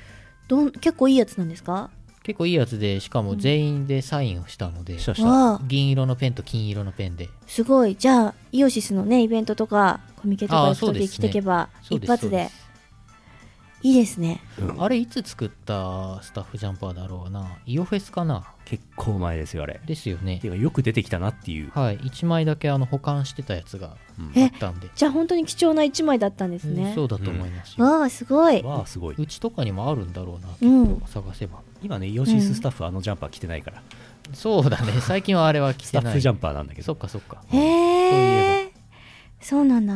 S2: どん結構いいやつなんですか
S1: 結構いいやつでしかも全員でサインをしたので、
S3: したした
S2: わあ
S1: 銀色のペンと金色のペンです
S2: ごいじゃあイオシスのねイベントとかコミケとか
S1: あ
S2: 行
S1: ー
S2: く時着てけば、
S1: そう
S2: 一
S1: です
S2: 発
S1: そう
S2: ですいいですね
S1: あれいつ作ったスタッフジャンパーだろうなイオフェスかな
S3: 結構前ですよあれ
S1: ですよね
S3: ていうかよく出てきたなっていう
S1: はい1枚だけあの保管してたやつが
S3: うん
S1: あ
S2: え
S1: ったんで、
S2: じゃあ本当に貴重な1枚だったんです
S1: う
S2: ね
S1: ん、そうだと思いますよ、
S2: わあすごい
S3: わあすごいう
S1: ちとかにもあるんだろうな
S2: うん
S1: 探せば
S3: 今ねイオシススタッフあのジャンパー着てないから、
S1: そうだね 最近はあれは着
S3: ス
S1: て
S3: タ
S1: ない
S3: ッフジャンパーなんだけ
S1: そ
S3: ど
S1: っかそっか
S2: へえそうなんだ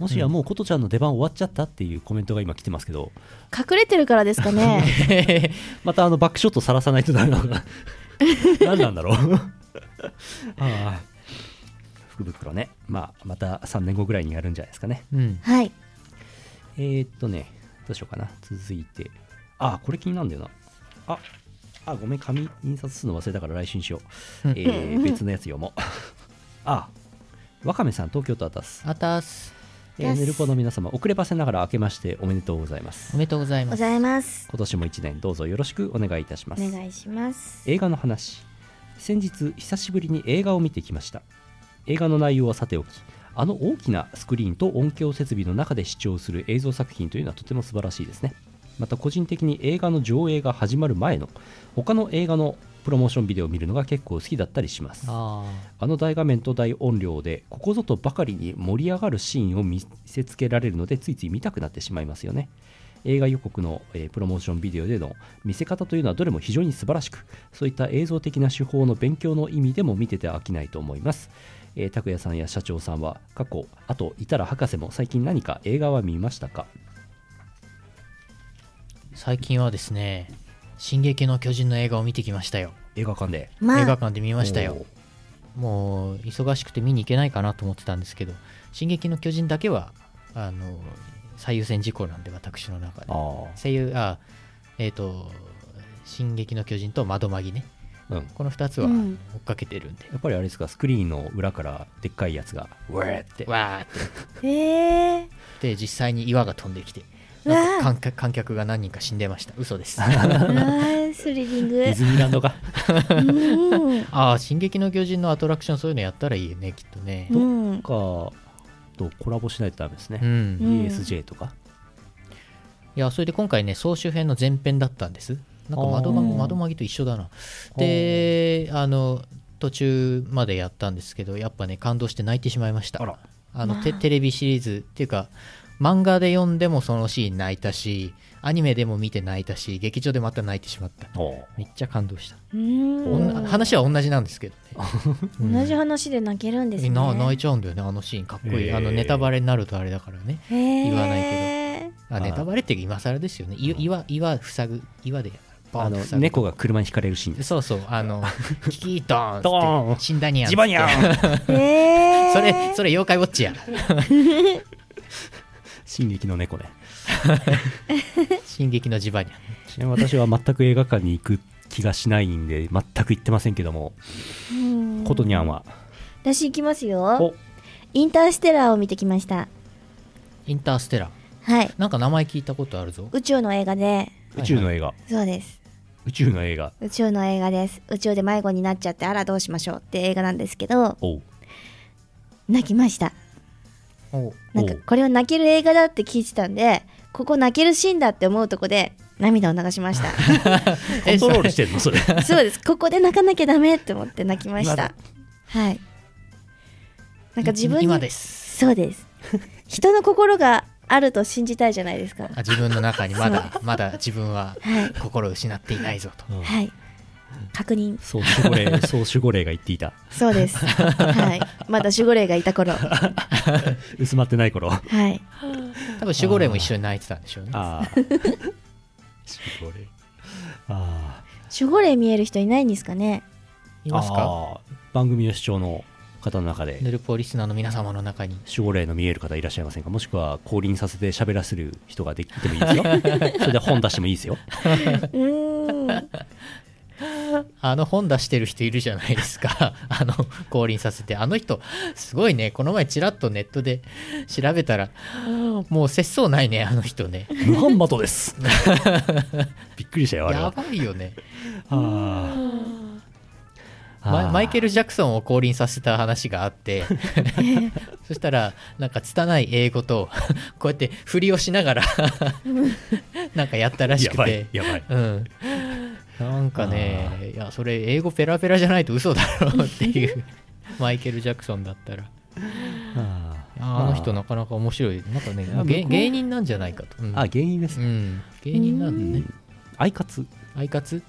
S3: もしやもう琴ちゃんの出番終わっちゃったっていうコメントが今来てますけど
S2: 隠れてるからですかね
S3: またあのバックショットさらさないとダメなのかな何なんだろう ああ福袋ね、まあ、また3年後ぐらいにやるんじゃないですかね
S1: うん
S2: はい
S3: えー、っとねどうしようかな続いてあこれ気になるんだよなああごめん紙印刷するの忘れたから来週にしよう、えー、別のやつ読もう あわかめさん東京都あたす
S1: あたす
S3: えー、
S2: Yes
S3: ヌルポの皆様遅ればせながら明けましておめでとうございま
S1: お
S3: す
S1: めでとうござい
S2: ご
S1: ます
S2: ざいます
S3: 今年も1年どうぞよろしくお願いいたしま
S2: お
S3: す
S2: 願いします
S3: 映画の話先日久しぶりに映画を見てきました映画の内容はさておきあの大きなスクリーンと音響設備の中で視聴する映像作品というのはとても素晴らしいですねまた個人的に映画の上映が始まる前の他の映画のプロモーションビデオを見るのが結構好きだったりします
S1: あ
S3: あの大画面と大音量でここぞとばかりに盛り上がるシーンを見せつけられるのでついつい見たくなってしまいますよね映画予告の、えープロモーションビデオでの見せ方というのはどれも非常に素晴らしくそういった映像的な手法の勉強の意味でも見てて飽きないと思います、えー拓也さんや社長さんは過去あといたら博士も最近何か映画は見ましたか
S1: ー最近はですね「進撃の巨人」の映画を見てきましたよ
S3: 映画館で
S1: 映
S2: ま
S1: 画
S2: あ
S1: 館で見ましたよ
S3: おー
S1: もう忙しくて見に行けないかなと思ってたんですけど「進撃の巨人」だけはあの最優先事項なんで私の中で
S3: あ
S1: 声優あえっ、と「進撃の巨人」と「窓マギね」
S3: あうん
S1: この2つは
S2: うん
S1: 追っかけてるんで、
S3: やっぱりあれですかスクリーンの裏からでっかいやつがウェーって
S1: わーって
S2: へえ
S1: で実際に岩が飛んできて
S2: うわー
S1: なんか観客観客が何人か死んでました嘘です
S2: うわースリリング
S3: ディズニーランドが
S2: うん
S1: ああ「進撃の巨人」のアトラクションそういうのやったらいいよねきっとね
S2: うん
S3: かとコラボしないとダメです
S1: う
S3: ね、
S1: ん、い
S2: ん
S3: ESJ とか
S1: やそれで今回ね総集編の前編だったんですなんか窓マ
S2: あー
S1: 窓マギと一緒だなであの途中までやったんですけどやっぱね感動して泣いてしまいました
S3: あら
S1: あのテテレビシリーズっていうか漫画で読んでもそのシーン泣いたしアニメでも見て泣いたし劇場でまた泣いてしまっためっちゃ感動したおん
S2: うん
S1: 話は同じなんですけどね
S2: 同じ話で泣けるんですね
S1: な泣いちゃうんだよねあのシーンかっこいい、
S3: へー
S1: あのネタバレになるとあれだからね
S2: 言
S1: わないあ
S3: あー
S1: ネタバレって今更ですよねい岩岩塞ぐ岩でボン
S3: あの
S1: 塞ぐ
S3: 猫が車にひかれるシーンです
S1: そうそうあのキキードーンっつって
S3: ドーン
S1: 死んだにゃんっつって
S3: ジバニャン
S2: けどへえ
S1: それそれ妖怪ウォッチや
S3: 進撃の猫ね
S1: 進撃のジバニャン
S3: ちなみに私は全く映画館に行く気がしないんで全く行ってませんけども
S2: うん
S3: ことにゃんは
S2: 私行きます
S3: お
S2: よインターステラーを見てきました
S1: インターステラー
S2: はい
S1: なんか名前聞いたことあるぞ
S2: 宇宙の映画で
S3: 宇宙の映画
S2: そうです
S3: 宇宙の映画
S2: 宇宙の映画です宇宙で迷子になっちゃってあらどうしましょうって映画なんですけど
S3: おう
S2: 泣きました
S1: お
S2: なんかこれは泣ける映画だって聞いてたんでここ泣けるシーンだって思うとこで涙を流しました
S3: コントロールしてんのそれ
S2: そうですここで泣かなきゃダメって思って泣きまし
S3: 今だ
S2: たはいなんか自分に
S1: 今です
S2: そうです人の心があると信じたいじゃないですか
S1: あ自分の中にまだまだ自分は
S2: はい
S1: 心を失っていないぞ と
S2: はい確認
S3: そう守護 霊そう守護霊が言っていた
S2: そうですはいまだ守護霊がいた頃は
S3: 薄まってない頃あ
S2: い
S1: 多分守護霊も一緒に泣いてたんでしょうね
S3: あー守護霊あー
S2: 守護霊見える人いないんですかね
S1: いますか
S3: あー番組の視聴の方の中で
S1: ヌルポリスナーの皆様の中に
S3: 守護霊の見える方いらっしゃいませんかもしくは降臨させて喋らせる 人ができてもいいですよそれで本出してもいいですよ
S2: うーん
S1: あの本出してる人いるじゃないです かあの降臨させてあの人すごいねこの前ちらっとネットで調べたらもう節操ないねあの人ね
S3: ムハンマドです びっくりしたよあれ
S1: や
S3: は
S1: ばいよね
S3: はあ
S1: マイマイケ
S3: ル
S1: ル・ジャクソンを降臨させた話があってそしたらなんか拙い英語とこうやって振りをしながらなんかやったらし
S3: や
S1: く
S3: ば
S1: て
S3: いやばい
S1: うん、なんか
S3: あ
S1: ねいやそれ英語ペラペラじゃないと嘘だろうっていうマイケル・ジャクソンだったら
S3: あ
S1: あの人なかなか面白いなんかね
S3: いや
S1: 芸
S3: 向こう
S1: 芸人なんじゃないかと、うん
S3: あ原因です
S1: う
S3: ね
S1: ん、芸人なんだね
S3: アイカツ
S1: アイカツ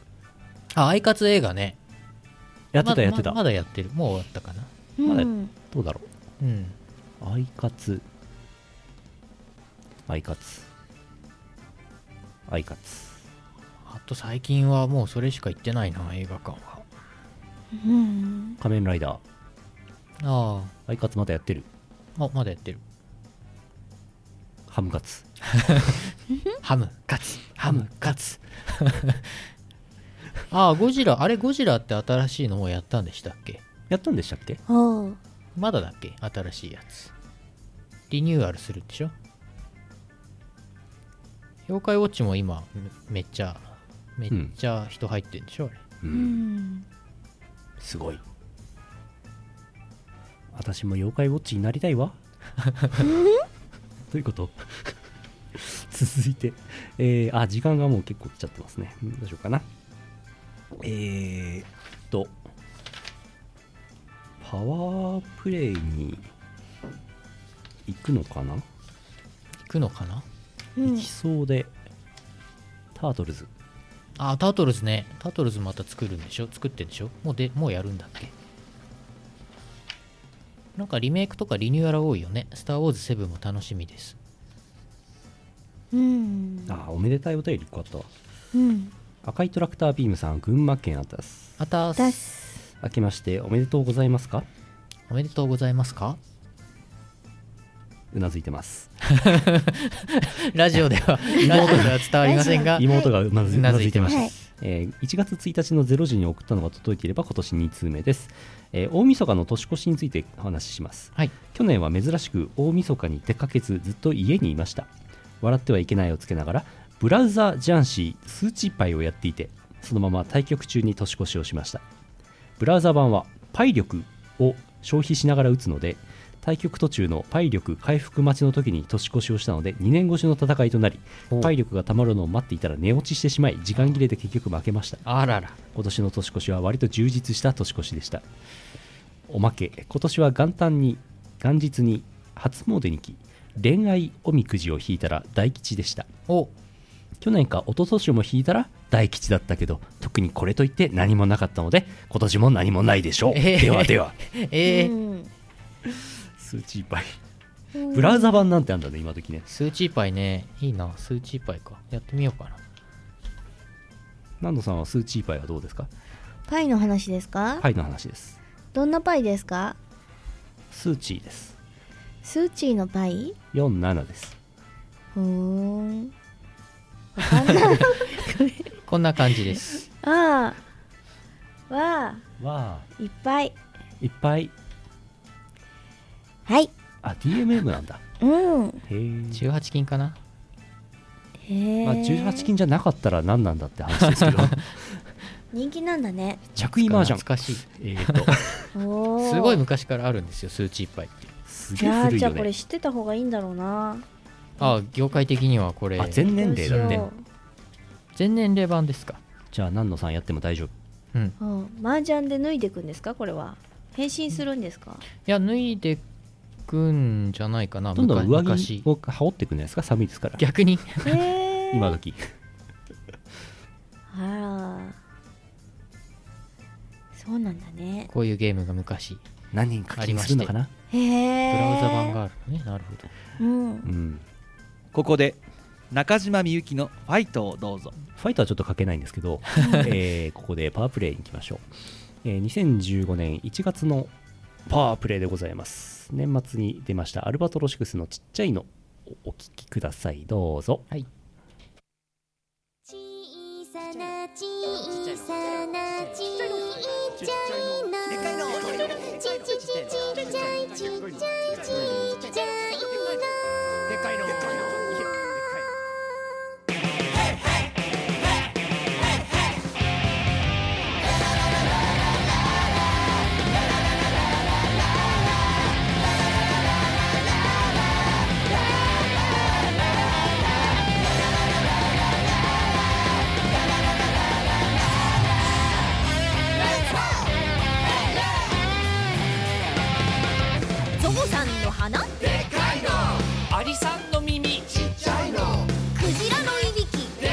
S1: あアイカツ映画ね
S3: やって
S1: まだ
S3: たやってた
S1: ままだやってるもう終わったかな
S3: まだ
S2: うん
S3: どうだろ
S1: うん
S3: うアイカツアイカツアイカツ
S1: あと最近はもうそれしか行ってないな映画館は
S2: うん
S3: 仮面ライダー
S1: あ
S3: アイカツまだやってる
S1: ああまだやってる
S3: ハムカツ
S1: ハムカツハムカツ ああゴジラあれゴジラって新しいのもうやったんでしたっけ
S3: やったんでしたっけ
S2: おう
S1: まだだっけ新しいやつリニューアルするでしょ妖怪ウォッチも今めめっちゃめっちゃ人入ってんでしょ、あれ
S3: う
S2: うんん
S3: すごい私も妖怪ウォッチになりたいわどういうこと 続いて、えーあ時間がもう結構来ちゃってますねうんどうしようかなえーっとパワープレイに行くのかな、
S1: 行くのかな
S2: うん
S3: 行きそうでタートルズ
S1: あタートルズねタートルズまた作るんでしょ作ってんでしょもうでもうやるんだっけなんかリメイクとかリニューアル多いよね「スター・ウォーズ7」も楽しみです
S2: うん
S3: あーおめでたいお便り1個あったわ
S2: うん
S3: 赤いトラクタービームさん群馬県あたす
S1: あた
S2: だ
S1: す
S2: す
S3: 明けましておめでとうございますか
S1: おめでとうございますか
S3: うなずいてます
S1: ラジオでは ラジオでは伝わりませんが
S3: 妹がうなず
S1: う
S3: う
S1: な
S3: な
S1: ず
S3: ず
S1: い
S3: い
S1: て
S3: て
S1: ま
S3: ますす、
S2: はい
S3: えー1月1日の0時に送ったのが届いていれば今年2通目です、えー大晦日の年越しについてお話しします
S1: はい
S3: 去年は珍しく大晦日に出かけずずっと家にいました笑ってはいけないをつけながらブラウザジャンシー数値パイをやっていてそのまま対局中に年越しをしましたブラウザ版はパイ力を消費しながら打つので対局途中のパイ力回復待ちの時に年越しをしたので2年越しの戦いとなりパイ力がたまるのを待っていたら寝落ちしてしまい時間切れで結局負けました
S1: あらら
S3: 今年の年越しは割と充実した年越しでしたおまけ今年は元旦に元日に初詣に行き恋愛おみくじを引いたら大吉でした
S1: お
S3: 去年か一昨年も引いたら大吉だったけど特にこれといって何もなかったので今年も何もないでしょう、
S1: えー
S3: ではでは
S1: えー
S2: うん
S3: 数値いっぱいブラウザ版なんてあんだね今時ね
S1: 数値パイねいいな数値パイかやってみようかな
S3: 南野さんは数値いっぱいはどうですか
S2: パイの話ですか
S3: パイの話です
S2: どんなパイですか
S3: 数値です
S2: スーチーのパイ
S3: 47です
S2: ほーん
S1: こんな感じです
S2: ああわあ
S3: わ
S2: いっぱい
S3: あいっぱい
S2: はい
S3: あ DMM なんだ
S2: うん
S3: へえ
S1: 18金かな
S2: へえ、
S3: まあ、18金じゃなかったら何なんだって話 ですけど
S2: 人気なんだね
S3: 着衣マージャン
S1: 懐かしい
S3: えーと
S2: おお
S1: すごい昔からあるんですよ数値パイって
S3: す
S2: い
S3: げえ
S2: やー
S3: 古い
S2: じゃ
S3: よ
S2: あこれ
S3: ね
S2: 知ってた方がいいんだろうな
S1: ああ業界的にはこれ
S3: あ全年齢だ
S2: どうし
S3: ね
S2: よ
S1: 全年齢版ですか
S3: じゃあ何野さんやっても大丈夫
S1: うん
S2: ううん麻雀で脱いでくんですかこれは変身するんですか
S1: いや脱いでくんじゃないかな
S3: どんどん上
S1: 昔
S3: 着を羽織っていくんじゃないですか寒いですから
S1: 逆に
S2: へえ
S3: 今時
S2: あらそうなんだね
S1: こういうゲームが昔
S3: 何人課金するのかな
S2: へ
S1: ブ
S2: え
S1: ラウザ版があるのねなるほど
S2: うん
S3: うん
S5: ここで中島みゆきのファイトをどうぞ
S3: ファイトはちょっと書けないんですけ ど、えーここでパワープレイに行きましょう、えー2015年1月のパワープレイでございます年末に出ましたアルバトロシクスのちっちゃいのおお聞きくださいどうぞ
S7: 小さな小さなちっちゃいの
S6: でっかいの
S7: ちっちゃいちっちゃいちっちゃいちっちゃいの
S6: でっかいのでっかいの
S7: ゾウさんの鼻ク
S8: アリさんの耳
S7: ジラのいびき
S6: メ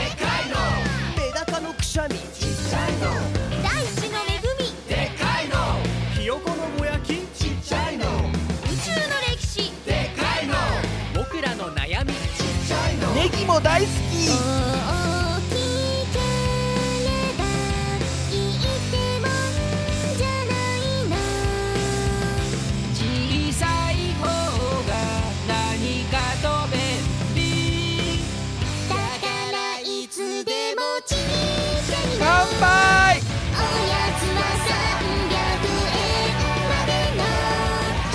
S6: ダカのくしゃみ
S7: 大地の恵み
S6: ひよこのぼやき
S7: 宇宙の歴史
S8: 僕らの悩み
S6: ネギも大好
S7: 「大きければ言っても
S6: き
S7: んじゃないな」
S8: 小さい方が何かと便利
S7: 「だからいつでもちっちゃいな」
S6: 乾杯
S7: 「おやつは300円までの」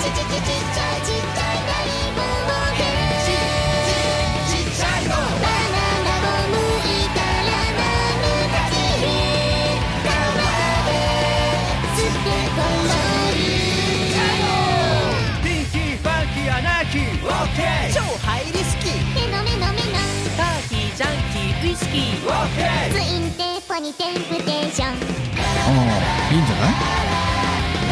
S7: 「ちちちちっちゃいちっちゃい大冒険」「ちちちっちゃいの」「バナナをむいたらなむきへ」「川で捨てこないちっちゃいの」
S6: ピンキーファンキーアナーキーオッケー超ハイリスキー
S7: 「めのめのめの」
S8: ターキージャンキーウイスキー
S6: オッケ
S7: 「ツインテーポニテンプテーション」
S9: ああいいんじゃない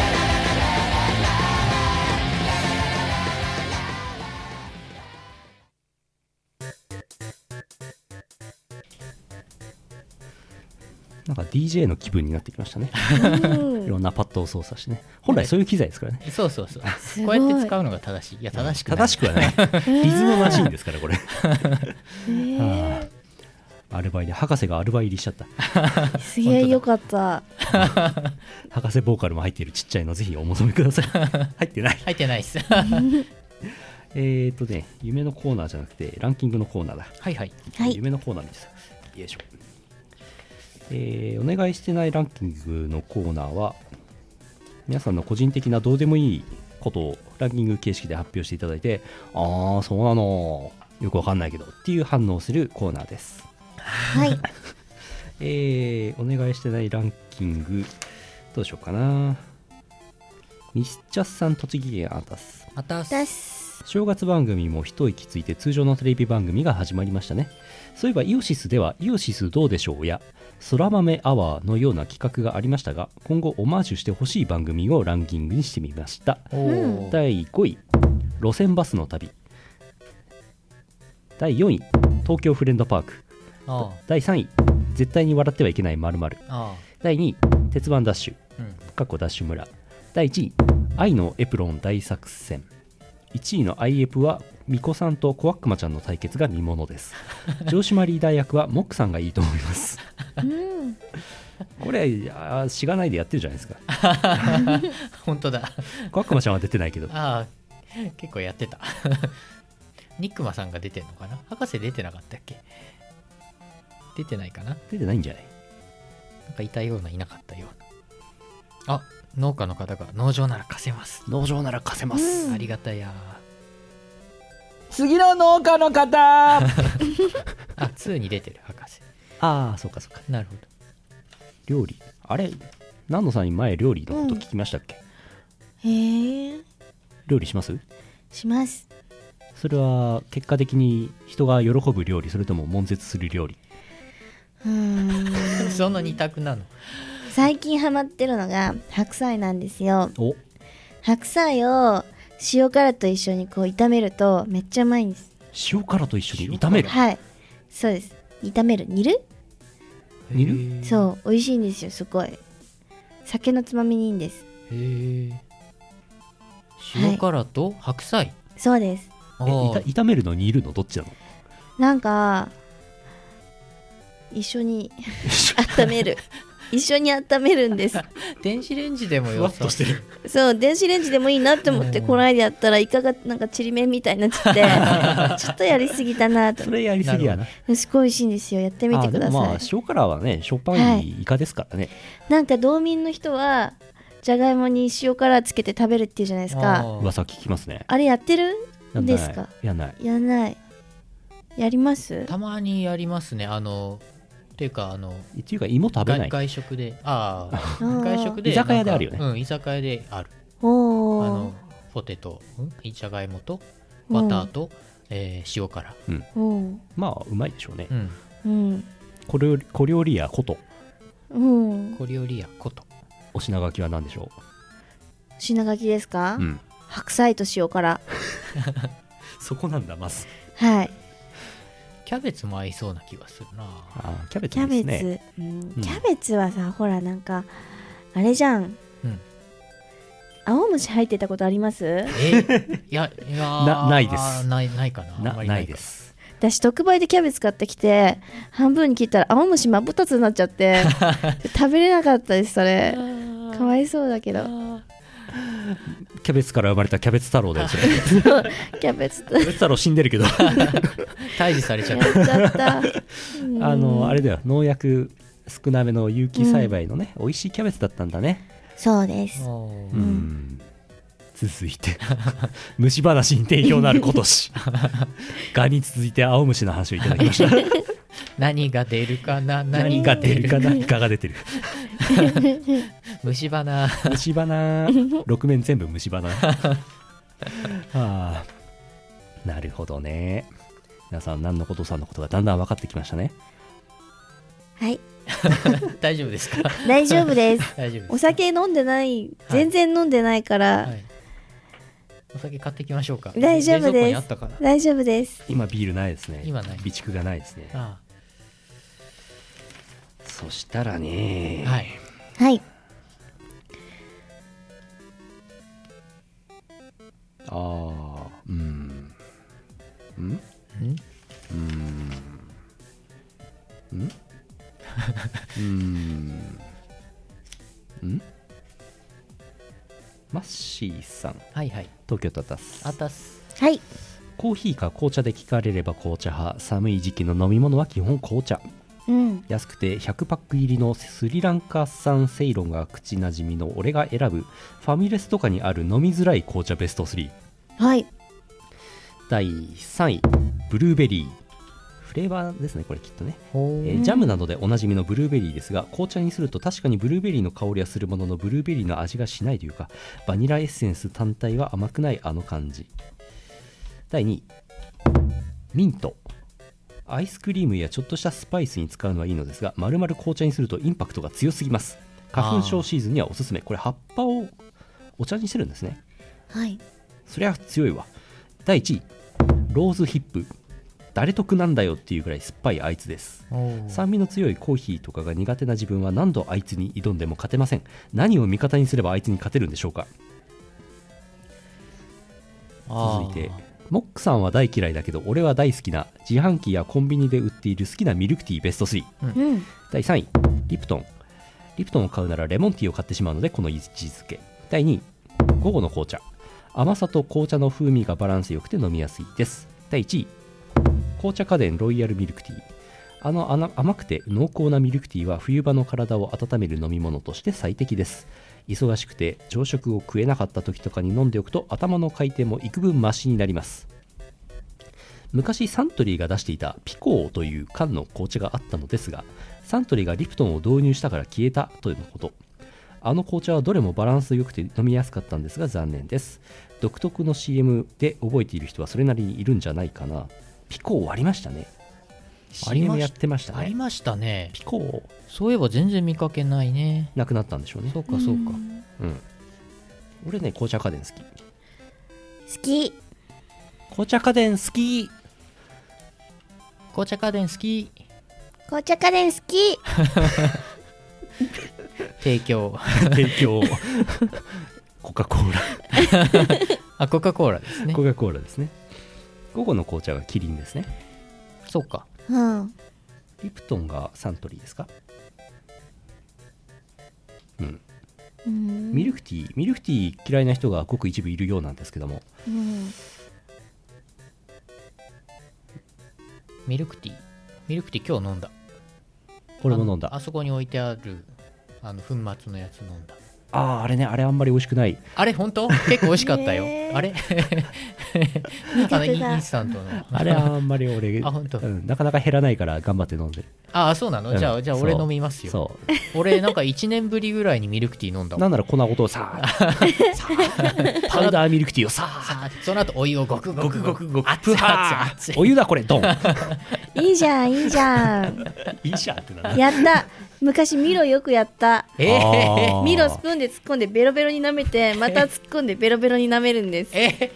S3: なんか DJ の気分になってきましたね。 いろんなパッドを操作してね。本来そういう機材ですからね。
S1: そうそうそう
S2: す
S1: こ
S2: ご
S1: う
S2: い
S1: やって使うのが正しいいや正しくない
S3: 正しくは ない。リズムマシンですから、これ。はあアルバイで、博士がアルバイ入りしちゃった。
S2: すげえよかった
S3: 博士ボーカルも入っているちっちゃいの、ぜひお求めくだ さい。入ってない。
S1: 入ってないっす
S3: えー、っとね、夢のコーナーじゃなくて、ランキングのコーナーだ。
S1: はいはい
S2: はい
S3: 夢のコーナーです。よいしょ。えーお願いしてないランキングのコーナーは、皆さんの個人的などうでもいいことをランキング形式で発表していただいて、ああ、そうなの、よくわかんないけどっていう反応をするコーナーです。
S2: はい
S3: えーお願いしてないランキング、どうしようかな。ミスチャスさん、栃木県アータス。
S1: また
S2: 出す
S3: 正月番組も一息ついて通常のテレビ番組が始まりましたねそういえばイオシスでは「イオシスどうでしょう?」や「空豆アワー」のような企画がありましたが今後オマージュしてほしい番組をランキングにしてみました
S2: うん
S3: 第5位路線バスの旅第4位東京フレンドパーク
S1: あ
S3: 第3位絶対に笑ってはいけないまる
S1: ああ
S3: 第2位鉄腕ダッシュ
S1: あうん
S3: かっこダッシュ村第1位愛のエプロン大作戦1位のアイエプは巫女さんと小悪魔ちゃんの対決が見ものです 城島リーダー役はモックさんがいいと思い ます
S2: うん
S3: これいやーしがないでやってるじゃないですか
S1: 本当だ
S3: 小悪魔ちゃんは出て ないけど
S1: ああ結構やってた ニックマさんが出てんのかな博士出てなかったっけ出てないかな
S3: 出てないんじゃない
S1: なんかいたようないなかったようなあ農家の方が農場なら貸せます
S3: 農場なら貸せます、
S1: ありがたや
S6: 次の農家 の方
S1: あ2に出てる博士
S3: ああそうかそうか
S1: なるほど
S3: 料理あれ何野さんに前料理のこと聞きましたっけ、
S2: へえ
S3: 料理します
S2: します
S3: それは結果的に人が喜ぶ料理それとも悶絶する料理
S2: うーん
S1: その二択なの
S2: 最近ハマってるのが白菜なんですよ
S3: お
S2: 白菜を塩辛と一緒にこう炒めるとめっちゃうまいんです
S3: 塩辛と一緒に炒める
S2: はいそうです炒める煮る
S3: 煮る
S1: へえ
S2: そう美味しいんですよすごい酒のつまみにいいんです
S1: へえ塩辛と白菜、
S2: そうです
S3: え
S1: ああ
S3: いた炒めるの煮るのどっちなの
S2: なんか一緒に温める一緒に温めるんです
S1: 電子レンジでも
S9: ふわ
S1: よ
S9: っ
S1: さ
S9: としてる
S2: そう電子レンジでもいいなって思って
S1: うん
S2: この間やったらイカがなんかちりめんみたいになっちゃってちょっとやりすぎたなと
S3: それ やりすぎやな
S2: すごい美味しいんですよやってみて
S3: あ
S2: く
S3: で
S2: だ
S3: もま
S2: さ
S3: あ
S2: い
S3: 塩辛はねしょっぱいイカですからね、
S2: なんか道民の人はじゃがいもに塩辛つけて食べるっていうじゃないです
S1: あ
S2: か
S1: ー
S3: 噂聞きますね
S2: あれやってる
S3: やんない
S2: ですか
S3: やんない
S2: やんないやります
S1: たまにやりますねあのっていうかあの
S3: っていうか芋食べな
S1: 外
S3: い
S1: 外食でああ
S2: ー
S1: 外食で
S3: 居酒屋であるよね
S1: なんかうん居酒屋であるあ
S2: お
S1: の
S2: ー
S1: ポテトんじゃがいもとバターと、えー塩辛
S2: おー
S3: まあうまいでしょうね
S1: うん
S2: うん
S3: 小料理小料理屋こと
S2: うん
S1: 小料理屋こと
S3: お品書きは何でしょ
S2: 品書きですか
S3: う、うん、
S2: 白菜と塩辛
S3: そこなんだまず
S2: はい
S1: キャベツも合いそうな気がする な
S3: あーキャベツ
S2: キャ
S3: で
S2: ベ
S3: すね
S2: ツ、うんキャベツはさほらなんかあれじゃん、
S1: うん
S2: 青虫入ってたことあります
S1: えいやいやー
S3: なないです
S1: ないないかなあんま
S3: な
S1: り
S3: ない
S1: か
S3: です
S2: 私特売でキャベツ買ってきて半分に切ったら青虫まぶたつになっちゃって食べれなかったですそれかわいそうだけど
S3: キャベツから生まれたキャベツ太郎だよそれキ
S2: キャベツと
S3: ャベツ太郎死んで るけど
S1: 退治されちゃ
S2: や
S1: っ
S2: っちゃったあ
S3: あのあれだよ農薬少なめの有機栽培のね、美味しいキャベツだったんだね
S2: そうで
S1: た
S2: す
S1: おー
S3: うん、続いて虫話に定評のある 今年ガに続いて青虫の話をいただきました
S1: 何が出るかな
S3: 何が出るかなイカが出てる
S1: 虫歯な
S3: 虫歯な6面全部虫歯なはあなるほどね皆さん何のことさんのことがだんだん分かってきましたね
S2: はい
S1: 大丈夫ですか
S2: 大丈夫です
S1: 大丈夫です
S2: お酒飲んでない全然飲んでないから、
S1: はいお酒買ってきましょうか
S2: 大丈
S1: 冷
S2: 夫です
S1: 蔵庫にあったかな
S2: 大丈夫です
S3: 今ビールないですね
S1: 今ない
S3: 備蓄がないですね
S1: あ
S3: そしたらね
S1: あはい
S2: はい
S3: ああうんうん
S1: ん
S3: うんうんうんマッシーさん
S1: はいはい
S3: 東京都タス
S1: あたす
S2: はい
S3: コーヒーか紅茶で聞かれれば紅茶派寒い時期の飲み物は基本紅茶
S2: うん
S3: 安くて100パック入りのスリランカ産セイロンが口なじみの俺が選ぶファミレスとかにある飲みづらい紅茶ベスト3
S2: はい
S3: 第3位ブルーベリーフレーバーですねこれきっとね、えー
S2: うん
S3: ジャムなどでおなじみのブルーベリーですが紅茶にすると確かにブルーベリーの香りはするもののブルーベリーの味がしないというかバニラエッセンス単体は甘くないあの感じ第2位ミントアイスクリームやちょっとしたスパイスに使うのはいいのですが丸々紅茶にするとインパクトが強すぎます花粉症シーズンにはおすすめこれ葉っぱをお茶にしてるんですね
S2: はい
S3: そりゃ強いわ第1位ローズヒップ誰得なんだよっていうぐらい酸っぱいあいつです酸味の強いコーヒーとかが苦手な自分は何度あいつに挑んでも勝てません何を味方にすればあいつに勝てるんでしょうか続いてモックさんは大嫌いだけど俺は大好きな自販機やコンビニで売っている好きなミルクティーベスト3
S2: うん
S3: 第3位リプトンリプトンを買うならレモンティーを買ってしまうのでこの位置づけ第2位午後の紅茶甘さと紅茶の風味がバランスよくて飲みやすいです第1位紅茶家電ロイヤルミルクティーあのあの甘くて濃厚なミルクティーは冬場の体を温める飲み物として最適です忙しくて朝食を食えなかった時とかに飲んでおくと頭の回転も幾分マシになります昔サントリーが出していたピコーという缶の紅茶があったのですがサントリーがリプトンを導入したから消えたということあの紅茶はどれもバランス良くて飲みやすかったんですが残念です独特の CM で覚えている人はそれなりにいるんじゃないかなピコーありましたね
S1: ありま
S3: CM
S1: し
S3: やってました
S1: あり
S3: ね
S1: ましたね
S3: ピコー
S1: そういえば全然見かけないね
S3: なくなったんでしょうね
S1: そうかそうか
S3: うん俺ね紅茶家電好き
S2: 好き
S3: 紅茶家電好き
S1: 紅茶家電好き
S2: 紅茶家電好き
S1: 提供
S3: 提供コカ・コーラ
S1: あコカ・コーラですね
S3: コカ・コーラですね午後の紅茶がキリンですね
S1: そうか
S2: うん
S3: リプトンがサントリーですかうん
S2: うん
S3: ミルクティーミルクティー嫌いな人がごく一部いるようなんですけども
S2: うん
S1: ミルクティーミルクティー今日飲んだ
S3: 俺も飲ん
S1: あの
S3: だ
S1: あそこに置いてあるあの粉末のやつ飲んだ
S3: ああーあれねあれあんまり美味しくない
S1: あれ本当結構美味しかったよ、
S2: ねえ
S1: あれあのイインスタントの
S3: あれあんまり俺
S1: あ本当
S3: うん、なかなか減らないから頑張って飲んでる
S1: ああそうなの、じゃ
S3: う
S1: あ
S3: ん
S1: じゃあ
S3: そう
S1: 俺飲みますよ
S3: そ
S1: 俺なんか1年ぶりぐらいにミルクティー飲んだ
S3: う
S1: も
S3: なんんなら粉ごと さあさあパウダーミルクティーをさあ
S1: さあその後お湯をごくごくごくごく熱
S3: プ
S1: い
S3: ハ
S1: 熱い熱
S3: ー
S1: い
S3: お湯だこれ ドン
S2: いいじゃんいいじゃん
S3: いいじゃんってなる
S2: やった昔ミロよくやった
S1: えー、
S3: あー
S2: ミロスプーンで突っ込んでベロベロに舐めてまた突っ込んでベロベロに舐めるんです
S1: えー、突っ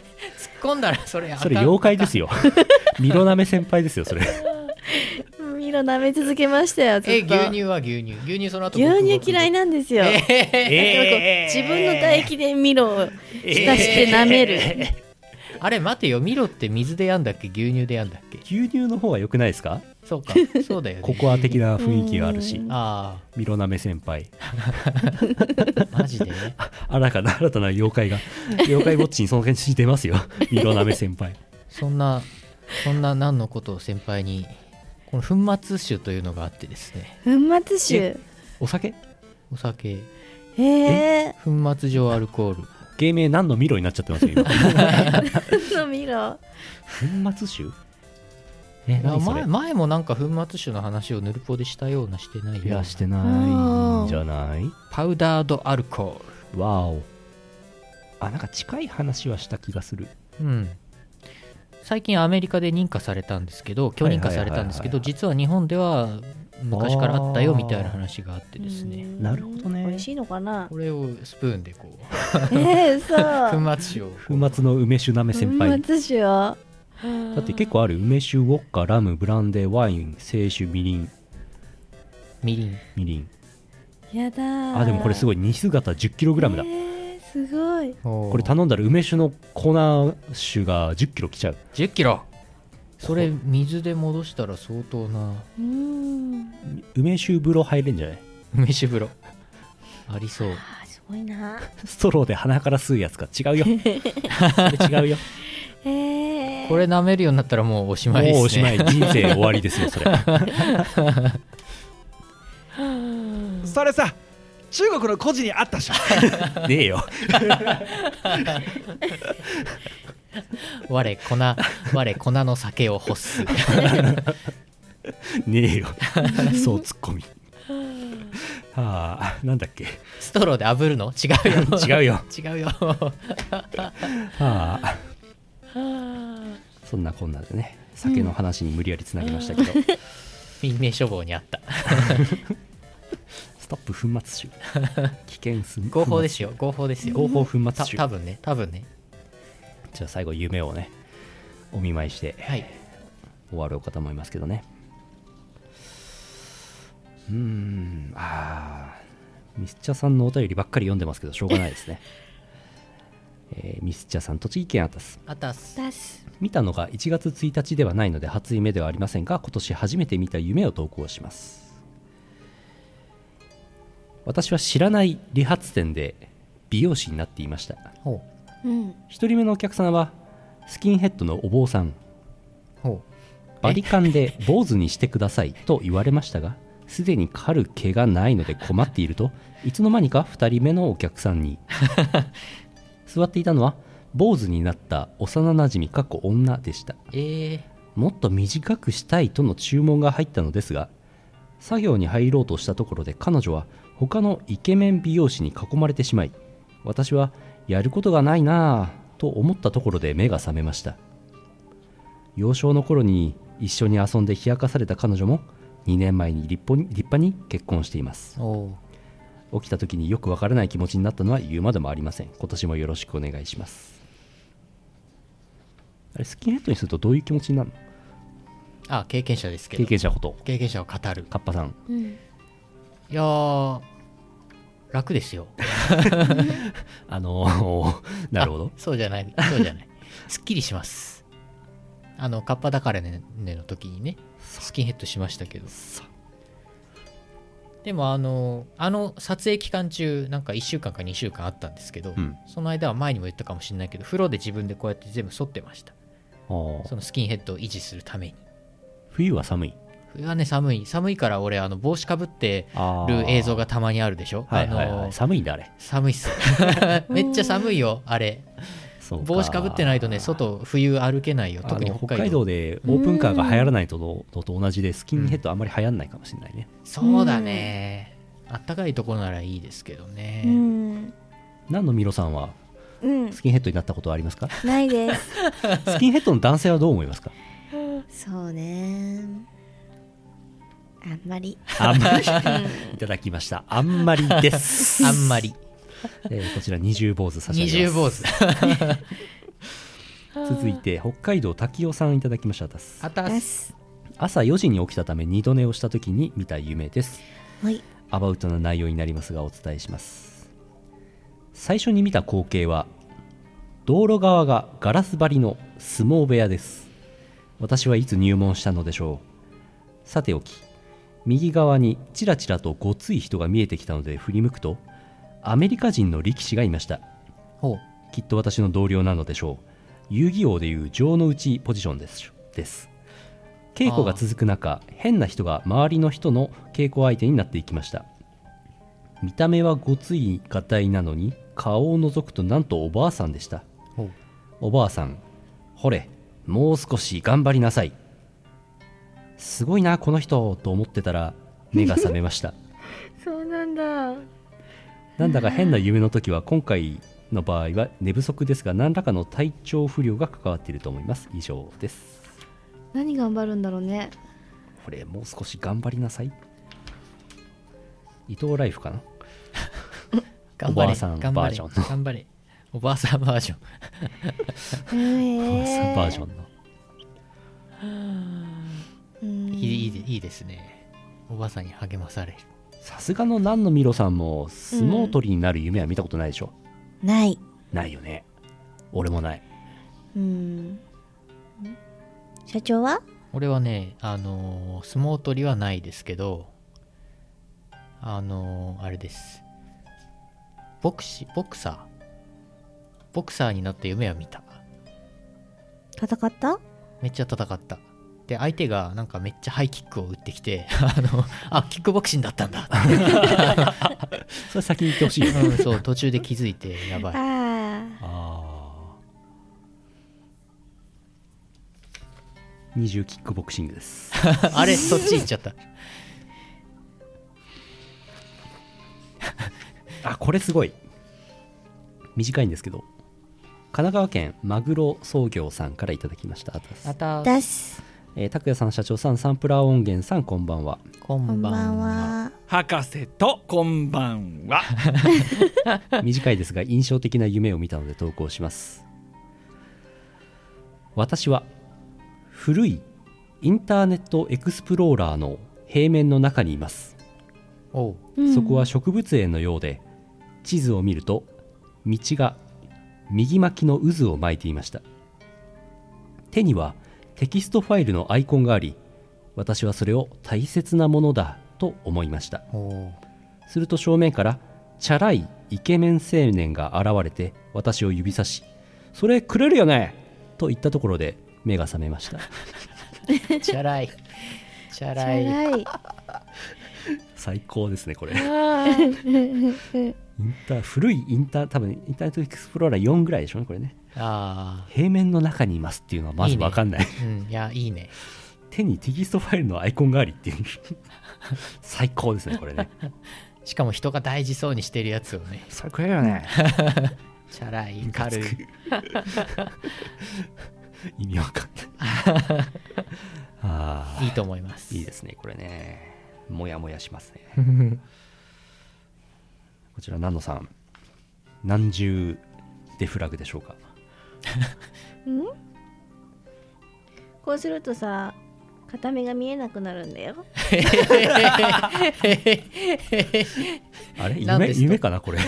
S1: 込んだらそれあかん
S3: それ妖怪で すよミロナメ先輩ですよそれ
S2: ミロ舐め続けましたよずっと
S1: え牛乳は牛乳牛乳その後ごくごくごく
S2: 牛乳嫌いなんですよ、
S1: えー
S2: だからこう自分の唾液でミロを浸して舐める、
S1: あれ待てよミロって水でやんだっけ牛乳でやんだっけ
S3: 牛乳の方が良くないですか
S1: そうかそうだよね
S3: ココア的な雰囲気があるし
S1: あ
S3: ミロナメ先輩
S1: あマジで
S3: 新たな新たな妖怪が妖怪ウォッチにその辺に出 ますよミロナメ先輩
S1: そんなそんな何のことを先輩にこの粉末酒というのがあってですね
S2: 粉末酒
S3: お酒
S1: お酒
S2: へえ
S1: 粉末状アルコール
S3: 芸名何のミロになっちゃってますよ今
S2: の ミロ
S3: 粉末酒え
S1: あ
S3: 何そ
S1: 前
S3: れ
S1: 前もなんか粉末酒の話をヌルポでしたようなしてないよう
S3: い
S1: な
S3: やしてないんじゃない
S1: パウダードアルコ
S3: わおあなんか近い話はした気がする
S1: ールうん最近アメリカで認可されたんですけど許認可されたんですけど
S3: はいはい
S1: 実は日本では昔からあったよみたいな話があってですね
S3: なるほどね
S2: 美味しいのか な
S1: これをスプーンでこう
S2: えー、そう
S1: 粉末酒を
S3: 粉末の梅酒なめ先輩
S2: 粉末酒を
S3: だって結構ある梅酒ウォッカラムブランデーワイン清酒みりん
S1: みりん
S3: みりん
S2: やだー
S3: あでもこれすごい荷姿 10kg だ
S2: えー、すごい
S1: こ
S3: これ頼んだら梅酒の粉酒が 10kg きちゃう
S1: 1 0キロそれ水で戻したら相当な
S2: うん
S3: 梅酒風呂入れんじゃない
S1: 梅酒風呂ありそう
S2: あーすごいな
S3: ストローで鼻から吸うやつか 違うよそれ違うよ
S2: えー、
S1: これ舐めるようになったらもうおし
S3: も
S1: まいですね
S3: うおしまい人生終わりですよ それ
S5: それさ中国の孤児にあったっしょ
S3: ねえよ
S1: 我粉 我粉の酒を干す
S3: ね えよそうツッコミはあなんだっけ
S1: ストローで炙るの違うよ
S3: 違
S1: 違う
S3: うよ
S1: よ
S3: はあそんなこんなでね酒の話に無理やりつなぎましたけど、
S1: 民命処方にあった
S3: ストップ 粉末酒危険すぎ
S1: 合法ですよ合法ですよ
S3: 合法粉末
S1: た
S3: 酒
S1: 多分ね多分ね
S3: じゃあ最後夢をねお見舞いして
S1: はい
S3: 終わろうかと思いますけどねうーんあーミスチャさんのお便りばっかり読んでますけどしょうがない ですね、えーミスチャさん栃木県あたす
S1: あたす
S2: 出す
S3: 見たのが1月1日ではないので初夢ではありませんが今年初めて見た夢を投稿します私は知らない理髪店で美容師になっていました
S1: ほ
S2: うん
S3: 1人目のお客さんはスキンヘッドのお坊さん
S1: うほ
S3: バリカンで坊主にしてくださいと言われましたがすでに狩る毛がないので困っているといつの間にか2人目のお客さんに座っていたのは坊主になった幼なじみかっこ女でした
S1: うええ
S3: もっと短くしたいとの注文が入ったのですが作業に入ろうとしたところで彼女は他のイケメン美容師に囲まれてしまい私はやることがないなぁと思ったところで目が覚めました幼少の頃に一緒に遊んで冷やかされた彼女も2年前に立派に立派に結婚しています
S1: おう
S3: 起きた時によくわからない気持ちになったのは言うまでもありません今年もよろしくお願いしますあれスキンヘッドにするとどういう気持ちになるの
S1: あ経験者ですけど
S3: 経験者こと
S1: 経験者を語る
S3: カッパさん
S2: うん
S1: いやー楽ですよ
S3: あの なるほど
S1: あそうじゃない、そうじゃない。 すっきりします。あの、カッパだからねねの時にね、スキンヘッドしましたけど。でもあのあの撮影期間中なんか1週間か2週間あったんですけど、
S3: うん
S1: その間は前にも言ったかもしれないけど風呂で自分でこうやって全部剃ってました
S3: あー
S1: そのスキンヘッドを維持するために
S3: 冬は寒い
S1: 冬はね寒い寒いから俺あの帽子かぶって
S3: あー
S1: る映像がたまにあるでしょ
S3: はいはい、
S1: あ
S3: は
S1: の
S3: い、寒いんだあれ
S1: 寒いっ すめっちゃ寒いよあれ
S3: そう
S1: 帽子かぶってないとね外冬歩けないよ
S3: 特
S1: 特
S3: に
S1: に
S3: 北
S1: 北海道
S3: 海道でオープンカーが流行らないとののと同じでスキンヘッドあんまり流行んないかもしれないね、
S1: そうだね、あったかいとこならいいですけどね、
S2: うん
S3: 何のミロさんは
S2: うん
S3: スキンヘッドになったことはあり ますか
S2: ないです
S3: スキンヘッドの男性はどう思いますか
S2: そうねあんまり
S3: あんまりいただきましたあんまりで す、
S1: あんまり
S3: えーこちら二重坊主差し
S1: 二
S3: 上げ
S1: 重
S3: ま
S1: 坊
S3: す
S1: 主
S3: 続いて北海道滝尾さんいただきましたたす
S1: あた
S2: ですす
S3: 朝4時に起きたため二度寝をした時に見た夢です
S2: はい
S3: アバウトな内容になりますがお伝えします最初に見た光景は道路側がガラス張りの相撲部屋です私はいつ入門したのでしょうさておき右側にちらちらとごつい人が見えてきたので振り向くとアメリカ人の力士がいました
S1: ほう
S3: きっと私の同僚なのでしょう遊戯王でいう情の内ポジションですです稽古が続く中変な人が周りの人の稽古相手になっていきました見た目はごついがたいなのに顔を覗くとなんとおばあさんでした
S1: ほう
S3: おばあさんほれもう少し頑張りなさいすごいなこの人と思ってたら目が覚めました
S2: そうなんだ
S3: なんだか変な夢の時は今回の場合は寝不足ですが何らかの体調不良が関わっていると思います以上です
S2: 何頑張るんだろうね
S3: これもう少し頑張りなさい伊藤ライフかな
S1: 頑
S3: お
S1: 張
S3: ば
S1: れ
S3: あさん
S1: 頑
S3: バ
S1: 張
S3: ー
S1: れ
S3: ジョン
S1: 頑張れおばあさんバージョン
S2: えー
S3: バージョンの
S2: うん
S1: いいいいでいいですねおばあさんに励まされる
S3: さすがの南野ミロさんも相撲取りになる夢は見たことないでしょ、
S2: ない
S3: ないよね俺もない
S2: うん社長は
S1: 俺はねあのー相撲取りはないですけどあのーあれですボクシボクサーボクサーになって夢は見た
S2: 戦った
S1: めっちゃ戦ったで相手がなんかめっちゃハイキックを打ってきて あのあキックボクシングだったん だっ
S3: それ先に言ってほしい
S1: て、
S3: よ
S1: うん、そう途中で気づいてやばい
S2: ああ
S3: あー二重キックボクシングです
S1: あれそっち行っちゃった
S3: あこれすごい短いんですけど神奈川県マグロ創業さんからいただきましたあたす
S1: また
S2: 出す
S3: えー拓也さん社長さんサンプラー音源さんこんばんは
S1: こん
S2: こん
S1: ばんは
S2: ばんは
S6: 博士とこんばん は
S3: 短いですが印象的な夢を見たので投稿します私は古いインターネットエクスプローラーの平面の中にいます
S1: おう
S3: そこは植物園のようで地図を見ると道が右巻きの渦を巻いていました手にはテキストファイルのアイコンがあり私はそれを大切なものだと思いました
S1: おう
S3: すると正面からチャラいイケメン青年が現れて私を指さし「それくれるよね!」と言ったところで目が覚めました
S1: チャラいチャ
S2: チ
S1: ラい
S2: ャラい
S3: 最高ですねこれインター古いインター多分インターネットエクスプローラー4ぐらいでしょうねこれね
S1: あ
S3: 平面の中にいますっていうのはまず分かんない
S1: あうんいやいいね
S3: 手にテキストファイルのアイコンがありっていう 最高ですねこれね
S1: しかも人が大事そうにしてるやつをね
S6: それくれよね
S1: チャラい軽い
S3: 意味わかんない あ
S1: いいと思います
S3: ーいいですねこれねもやもやしますねこちらナ野さん何重デフラグでしょうか
S2: こうするとさ片目が見えなくなるんだよ
S3: あれ
S1: 何
S3: 夢
S1: ですか
S3: 夢かなこれ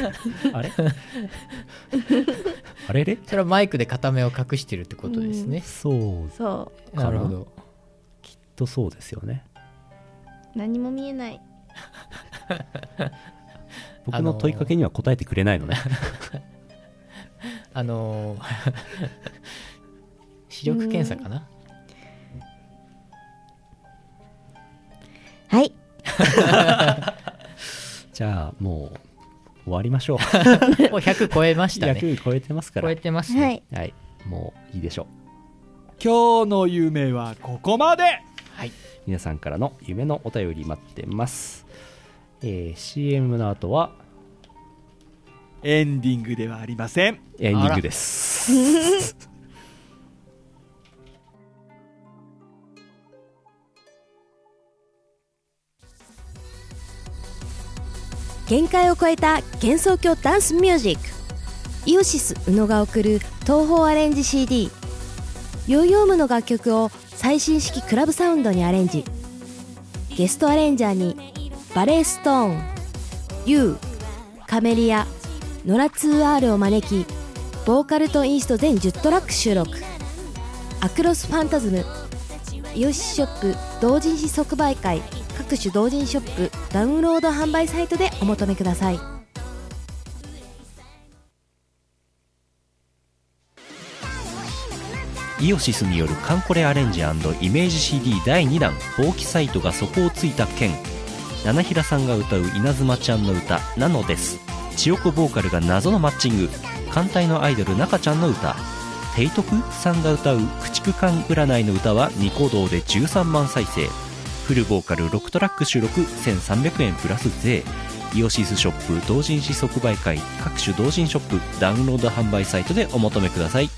S3: あれあれれ
S1: それはマイクで片目を隠してるってことですね、
S3: そう
S2: そ
S3: うん
S1: なるほど
S3: とそうですよね
S2: う何も見えない
S3: 僕の問いかけには答えてくれないのね。
S1: あのー視力検査かな
S2: はい
S3: じゃあもう終わり ましょう。
S1: もう100超えましたね
S3: 100超えてますから。
S1: 超えてますね、
S2: はい
S3: はい、もういいでしょう。
S6: 今日の夢はここまで
S3: 皆さんからの夢のお便り待ってます。えー CM の後は
S6: エンディングではありません
S3: エンディングです。
S2: 限界を超えた幻想郷ダンスミュージックイオシス宇野が送る東宝アレンジ CD ヨーヨームの楽曲を最新式クラブサウンドにアレンジゲストアレンジャーにバレーストーン YOU カメリアノラ 2R を招きボーカルとインスト全10トラック収録アクロスファンタズムイオシスショップ同人誌即売会各種同人ショップダウンロード販売サイトでお求めください
S10: イオシスによるカンコレアレンジイメージ CD 第2弾「ボーキサイトが底をついた剣」七平さんが歌う稲妻ちゃんの歌「なのです」千代子ボーカルが謎のマッチング艦隊のアイドル中ちゃんの歌テイトクさんが歌う「駆逐艦占い」の歌はニコ動で13万再生フルボーカル6トラック収録1300円プラス税イオシスショップ同人誌即売会各種同人ショップダウンロード販売サイトでお求めください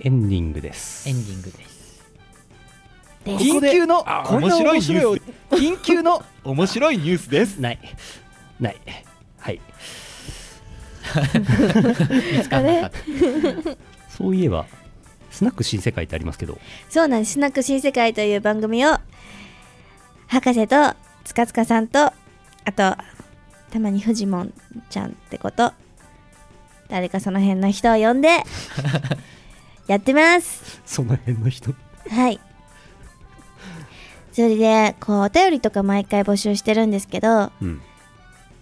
S3: エンディングです
S1: エ。ンディングです
S6: 緊急のこんな面白いお緊急の面白いニュースです
S3: ない。ない。はい。
S1: 見つかんなかった
S3: そういえば、スナック新世界ってありますけど、
S2: そうなんですスナック新世界という番組を博士とつかつかさんとあとたまにフジモンちゃんってこと誰かその辺の人を呼んでやってます
S3: その辺の人。
S2: はいそれでこうお便りとか毎回募集してるんですけど
S3: うん。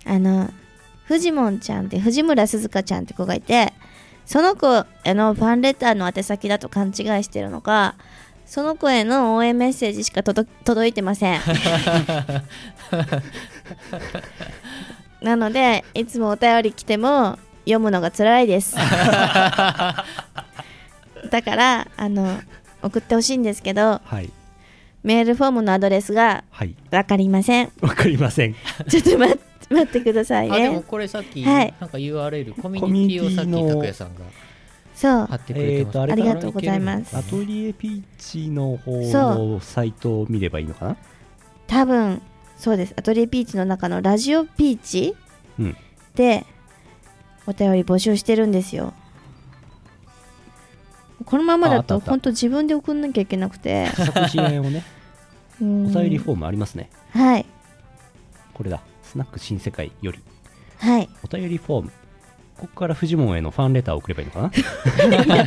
S2: あの、フジモンちゃんって、藤村鈴香ちゃんって子がいて、その子へのファンレターの宛先だと勘違いしてるのか、その子への応援メッセージしか届届いてませ ん。なので、いつもお便り来ても読むのが辛い です。 だから、あの、送ってほしいんですけど、
S3: はい。
S2: メールフォームのアドレスが
S3: はい。
S2: わかりません。
S3: わかりません。
S2: ちょっと待っ待ってください
S1: あでも
S2: ね。
S1: これさっき、
S2: はい
S1: なんか URL コミ
S3: コ
S1: ュ
S3: ミュ
S1: ニ
S3: ニ
S1: ティ
S3: ティ
S1: をさっき
S3: の
S1: 拓也さんが
S2: そう
S1: 貼。ってく
S3: え
S1: れて
S3: っ
S1: ま
S3: と、あ
S1: す
S3: れ
S2: あ
S3: か
S2: り
S3: な
S2: がとうございます
S3: アトリエピーチの方
S2: そ
S3: のサイトを見ればいいのかな
S2: 多分そうですアトリエピーチの中のラジオピーチ、
S3: うん
S2: でお便り募集してるんですよこのまま
S3: ああ
S2: だ
S3: ったあ
S2: と
S3: った
S2: 本当自分で送んなきゃいけなくて
S3: 作品 をね、
S2: お
S3: お便りフォームありますね。
S2: はい
S3: これだ。スナック新世界より、
S2: はい
S3: お便りフォーム。ここからフジモンへのファンレターを送ればいいのかない
S2: や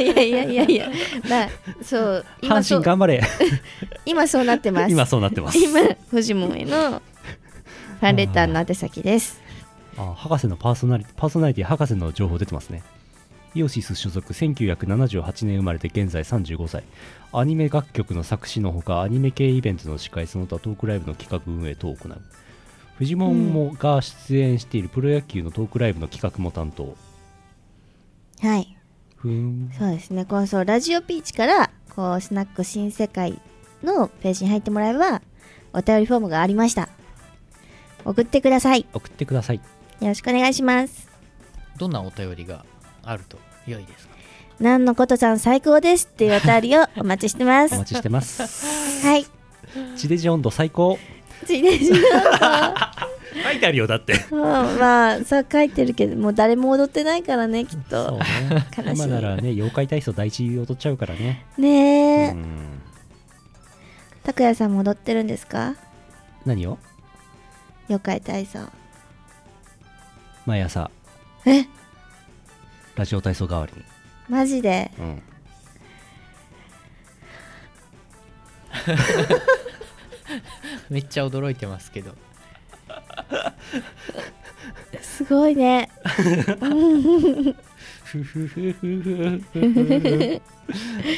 S2: いやいやいやいや まあそう今
S3: 阪
S2: そう
S3: 神頑張れ
S2: 今そうなってます
S3: 今そうなってます。
S2: 今フジモンへのファンレターの宛先です
S3: あ博士のパーソナリティパーソナリティ博士の情報出てますねイオシス所属1978年生まれて現在35歳アニメ楽曲の作詞のほかアニメ系イベントの司会その他トークライブの企画運営等を行うフジモンもが出演しているプロ野球のトークライブの企画も担当
S2: はい
S3: ふーん
S2: そうですねこうそうラジオピーチからこうスナック新世界のページに入ってもらえばお便りフォームがありました送ってくださいよ
S3: 送ってください
S2: ろしくお願いします
S1: どんなお便りがあると良いですか
S2: なんのことさん最高ですっていうお便りをお待ちしてま
S3: お
S2: す
S3: 待ちしてま す
S2: はい
S3: 地デジ温度最高
S2: ついでにどうぞ
S4: はい
S10: いてあるよだって
S2: うん、まあさ書いてるけどもう誰も踊ってないからねきっと悲しい
S3: 今ならね妖怪体操第一踊っちゃうからね
S2: ねえ、
S3: うん
S2: 拓哉さんも踊ってるんですか
S3: 何を
S2: 妖怪体操
S3: 毎朝
S2: え
S3: ラジオ体操代わりに
S2: マジで
S3: うん
S1: めっちゃ驚いてますけど
S2: すごいね
S3: 立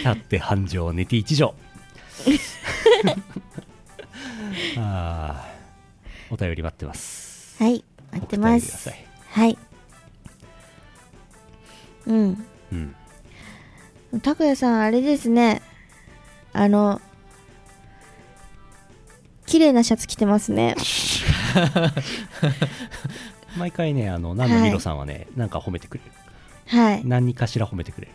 S3: って半畳寝て一畳あーお便り待ってます
S2: はい待ってますはいうん
S3: うん
S2: 拓哉さんあれですねあの綺麗なシャツ着てます ね
S3: 毎回ねあの何のミロさんはね、なんか褒めてくれる
S2: はい
S3: 何かしら褒めてくれる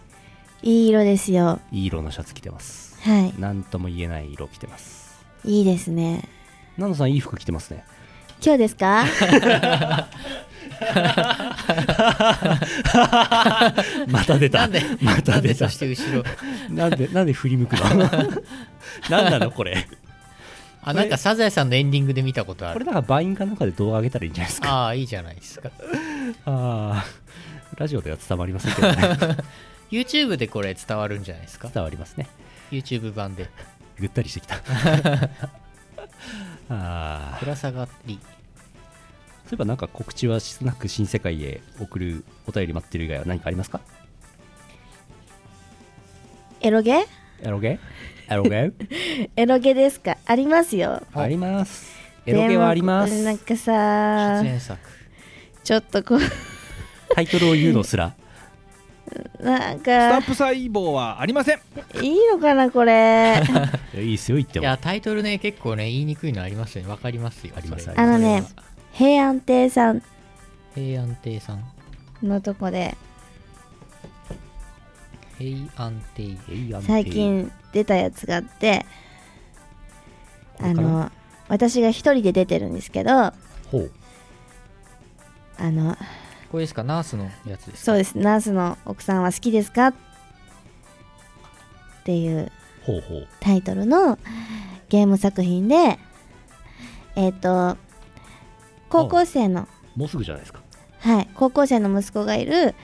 S2: いい色ですよ
S3: いい色のシャツ着てます
S2: はい
S3: 何とも言えない色着てます
S2: いいですね
S3: ナノさんいい服着てますね
S2: 今日です か
S3: また出た
S1: なんで
S3: また出た
S1: なんでそして後ろ
S3: なんでなんで振り向くの なんなのこれ
S1: あなんかサザエさんのエンディングで見たことあ
S3: これ
S1: る
S3: だからバインかなんかで動画上げたらいいんじゃないですか
S1: ああいいじゃないですか
S3: あーラジオでは伝わりませんけどね
S1: YouTube でこれ伝わるんじゃないですか
S3: 伝わりますね
S1: YouTube 版で
S3: ぐったりして きたあー
S1: ぶら下がり
S3: そういえばなんか告知はしなく新世界へ送るお便り待ってる以外は何かありますか
S2: エロゲ
S3: エロゲエ ロゲ
S2: エロゲですかありますよ
S3: ありますエロゲはありま
S2: でもなん
S3: す
S2: かさ
S1: 出演作
S2: ちょっとこ
S3: タイトルを言うのすら
S2: うなん
S5: スタ
S2: か
S5: ンプ細胞はありません
S2: いいのかなこ れ
S3: いやいいですよ言って
S1: い
S3: も
S1: やタイトルね結構ね言いにくいのありますよねわかりますよ
S3: あります
S1: それ
S2: あのね
S1: それは
S2: 平安亭さん
S1: 平安亭さん
S2: のとこで
S1: 平安亭
S2: 最近出たやつがあって
S3: こ
S2: あ
S3: れかな
S2: の私が一人で出てるんですけどあ
S3: ほう
S2: の
S1: これですかナースのやつですか
S2: そうですナースの奥さんは好きですかっていう
S3: ほうほう
S2: タイトルのゲーム作品でえっ、と高校生の
S3: もうすぐじゃないですか
S2: はい高校生の息子がいる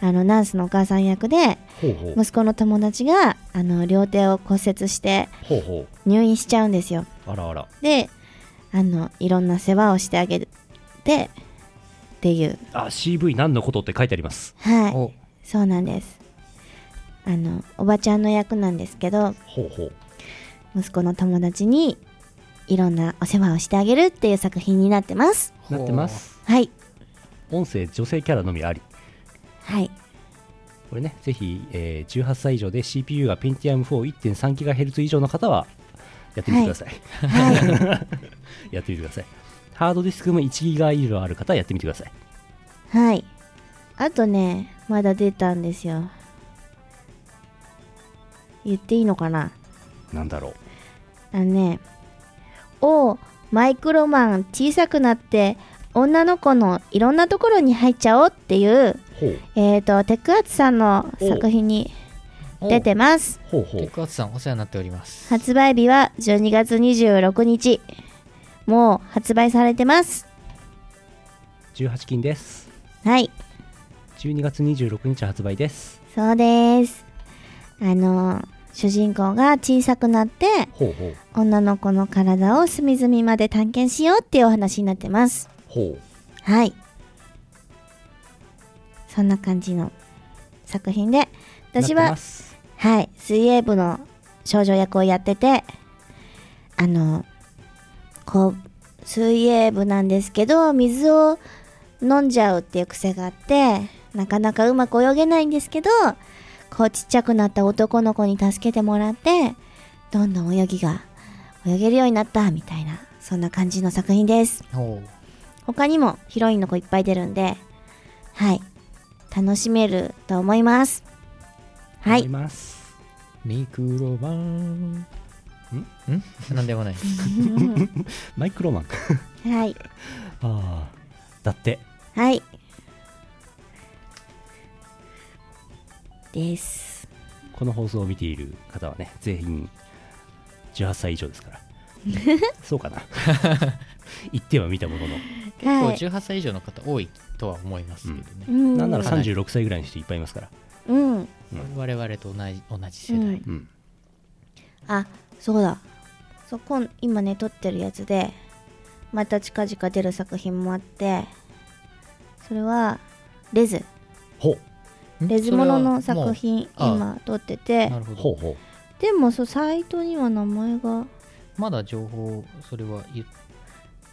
S2: あのナースのお母さん役で
S3: ほうほう
S2: 息子の友達があの両手を骨折して
S3: ほうほ
S2: 入院しちゃうんですよ
S3: うあらあら
S2: であのいろんな世話をしてあげてっていう
S3: あ CV 何のことって書いてあります
S2: は
S1: お
S2: いそうなんですあのおばちゃんの役なんですけど
S3: ほうほう
S2: 息子の友達にいろんなお世話をしてあげるっていう作品になってます
S3: なってます
S2: はい
S3: 音声女性キャラのみあり
S2: はい
S3: これねぜひ、えー18歳以上で CPU が Pentium41.3GHz 以上の方はやってみてください、
S2: はい
S3: やってみてくださいハードディスクも 1GB 以上ある方はやってみてください
S2: はいあとねまだ出たんですよ言っていいのかな
S3: なんだろう
S2: あのね「おマイクロマン小さくなって女の子のいろんなところに入っちゃおう」っていう、
S3: ほう
S2: えー、とテックアーツさんの作品に出てます
S3: ほうほ
S1: テ
S3: う
S1: クワツさんお世話になっております
S2: 発売日は12月26日もう発売されてます
S3: 18金です
S2: はい
S3: 12月26日発売です
S2: そうですあの主人公が小さくなって
S3: ほうほう
S2: 女の子の体を隅々まで探検しようっていうお話になってます
S3: ほう
S2: はいそんな感じの作品で私
S3: なって
S2: は
S3: ます
S2: はい水泳部の少女役をやっててあのこう水泳部なんですけど水を飲んじゃうっていう癖があってなかなかうまく泳げないんですけどこうちっちゃくなった男の子に助けてもらってどんどん泳ぎが泳げるようになったみたいなそんな感じの作品です
S1: お
S2: 他にもヒロインの子いっぱい出るんで、はい。楽しめると思います。は
S3: 思い
S2: い。
S3: ます
S1: ミクロマン んんなんでもないです
S3: マイクロマン
S2: はい。
S3: あーだって
S2: はいです
S3: この放送を見ている方はね全員18歳以上ですから そうかな 一点は見たものの
S1: 結構18歳以上の方多いとは思いますけどね、
S2: うん
S3: なんなら
S1: かり
S3: 36歳ぐらいの人いっぱいいますから
S2: うん
S1: 我々と同じ同じ世
S2: う
S1: 代、
S2: ん
S3: うん
S2: あそうだそこ今ね撮ってるやつでまた近々出る作品もあってそれはレズ
S3: ほうん
S2: レズものの作品
S1: それはもう
S2: 今撮ってて
S1: あなるほど
S3: ほうほ
S2: でもそうサイトには名前が
S1: まだ情報それは言っていいのか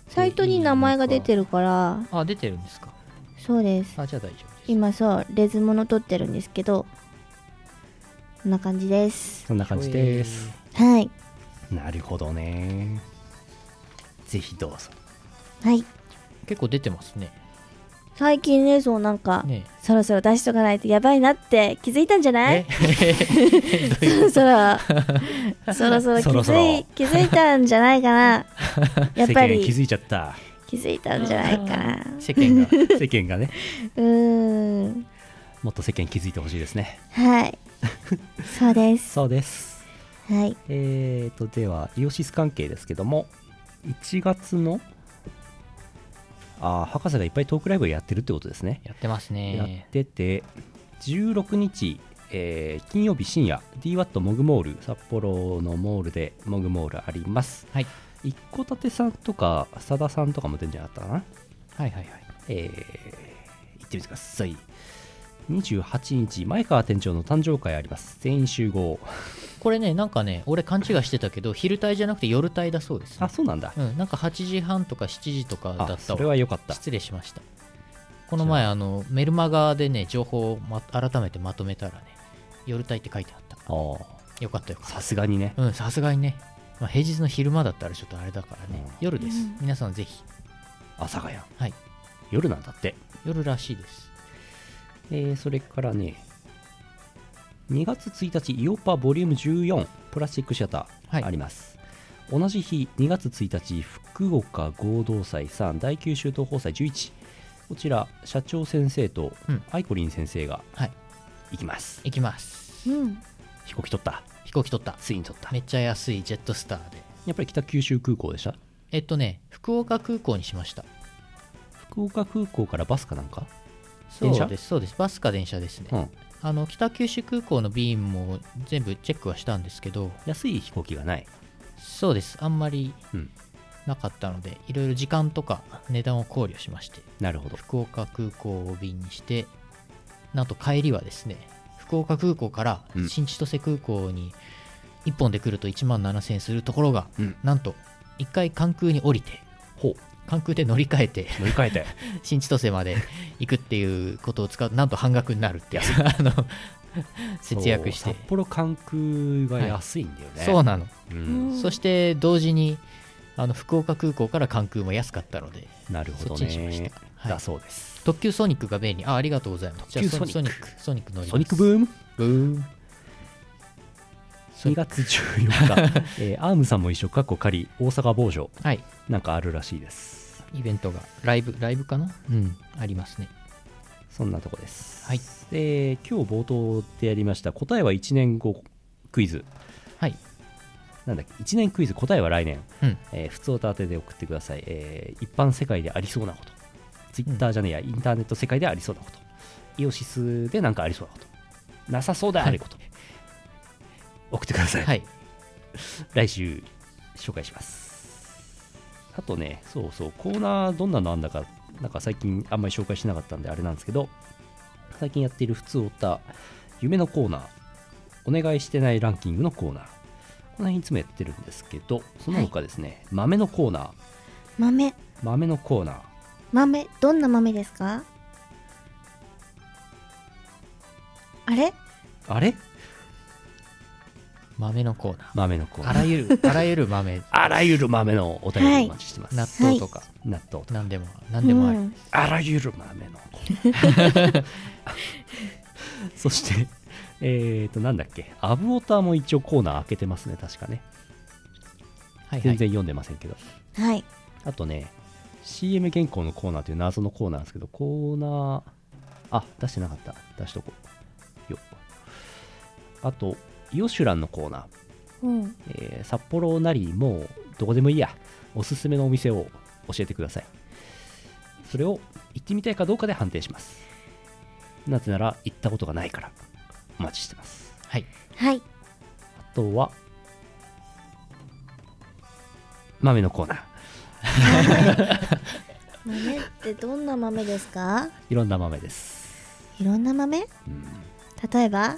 S2: サイトに名前が出てるから
S1: あ出てるんですか
S2: そうです
S1: あじゃあ大丈夫です
S2: 今そうレズもの撮ってるんですけどこんな感じです
S3: うそんな感じです
S2: はい
S3: なるほどねぜひどうぞ
S2: はい
S1: 結構出てますね
S2: 最近ねそうなんか、
S1: ね
S2: そろそろ出しとかないとやばいなって気づいたんじゃない
S1: え どう
S2: そ
S1: いう
S2: ろ
S1: こと
S2: そろそろそろ気づい
S3: そろそろ
S2: 気づいたんじゃないかなやっぱ
S3: 世間気
S2: り
S3: づいちゃった
S2: 気づいたんじゃないかな
S1: 世間が
S3: 世間がね
S2: うーん
S3: もっと世間気づいてほしいですね
S2: はいそうです
S3: そうです
S2: はい
S3: えーとではイオシス関係ですけども1月のあー博士がいっぱいトークライブをやってるってことですね
S1: やってます
S3: やっ
S1: ね
S3: てて16日、えー金曜日深夜 DWAT モグモール札幌のモールでモグモールあります
S1: はい
S3: 一戸建てさんとかさださんとかも出るんじゃなかったかな
S1: はいはいはい
S3: えー行ってみてください28日前川店長の誕生会あります全員集合
S1: これねなんかね俺勘違いしてたけど昼帯じゃなくて夜帯だそうです、
S3: あそうなんだ
S1: うん、なんか8時半とか7時とかだった
S3: あ
S1: わ
S3: それは良かった
S1: 失礼しましたこの前あのメルマガでね情報を、ま、改めてまとめたらね夜帯って書いてあった
S3: あー
S1: よかったよかっ
S3: さすがにね
S1: たうんさすがにね、まあ、平日の昼間だったらちょっとあれだからね
S3: うん
S1: 夜です、
S2: うん
S1: 皆さんぜひ
S3: 朝がや
S1: はい
S3: 夜なんだって
S1: 夜らしいです
S3: えーそれからね2月1日イオパボリューム14プラスチックシャタ
S1: はい
S3: ーあります、同じ日2月1日福岡合同祭3第九州東宝祭11こちら社長先生と
S1: うん
S3: アイコリン先生が
S1: はい
S3: 行きます、
S1: 行きます
S2: うん
S3: 飛行機取った
S1: 飛行機取った
S3: ついに取った
S1: めっちゃ安いジェットスターで
S3: やっぱり北九州空港でした
S1: えっとね福岡空港にしました
S3: 福岡空港からバスかなんか電車
S1: そうですそうですバスか電車ですね、
S3: うん
S1: あの北九州空港の便も全部チェックはしたんですけど
S3: 安い飛行機がない
S1: そうですあんまり
S3: うん
S1: なかったのでいろいろ時間とか値段を考慮しまして
S3: なるほど
S1: 福岡空港を便にしてなんと帰りはですね福岡空港から
S3: うん
S1: 新千歳空港に1本で来ると1万7000円するところが、
S3: うん
S1: なんと1回関空に降りて
S3: ほう
S1: 関空で乗り換えて
S3: 乗り換えて
S1: 新千歳まで行くっていうことを使うとなんと半額になるっていうあの 節約し
S3: そ
S1: て
S3: う札幌関空が安いんだよね、
S1: そうなの、
S3: うん
S2: うん
S1: そして同時にあの福岡空港から関空も安かったので
S3: なるほ
S1: そ
S3: ど
S1: っちにしま
S3: ね
S1: したはい
S3: だそうです
S1: 特急ソニックが便利あありがとうございます
S3: 特急
S1: じゃあ
S3: ソニッ
S1: クソニック乗ります
S3: ソニックブーム
S1: ブーンソ
S3: 2
S1: ニック
S3: 月14日、 えーアームさんも一緒かっこ仮大阪防除
S1: はい
S3: なんかあるらしいです
S1: イベントがライブライブかなうんありますね
S3: そんなとこです、
S1: はい
S3: で今日冒頭でやりました答えは1年後クイズ
S1: はい
S3: なんだっけ1年クイズ答えは来年、
S1: うん
S3: えー普通歌当てで送ってください、えー一般世界でありそうなことツイッターじゃねえや、インターネット世界でありそうなことイオシスでなんかありそうなことなさそうであること、送ってください
S1: はい
S3: 来週紹介しますあとねそうそうコーナーどんなのあんだかなんか最近あんまり紹介しなかったんであれなんですけど最近やっている普通おた夢のコーナーお願いしてないランキングのコーナーこの辺いつもやってるんですけどその他ですね、豆のコーナー
S2: 豆
S3: 豆のコーナー
S2: 豆どんな豆ですかあれ
S3: あれ
S1: 豆のコーナー
S3: 豆のコーナ
S1: あ
S3: ー
S1: らゆるあらゆる豆
S3: あらゆる豆のお便りお待ちしてます、
S1: 納豆とか、
S3: 納豆とか
S1: 何でも何でもある、
S2: うん
S3: あらゆる豆のコーナーそしてえっ、となんだっけアブオタも一応コーナー開けてますね確かね
S1: はいは
S3: 全
S1: い
S3: 然読んでませんけど、
S2: はい
S3: あとね CM 原稿のコーナーという謎のコーナーなんですけど、コーナー、あ、出してなかった。出しとこう。よあと、ヨシュランのコーナー。
S2: うん
S3: えー札幌なりもうどこでもいいやおすすめのお店を教えてくださいそれを行ってみたいかどうかで判定しますなぜなら行ったことがないからお待ちしてます
S1: はい
S2: はい
S3: あとは豆のコーナー
S2: 豆ってどんな豆ですか
S3: いろんな豆です
S2: いろんな豆例えば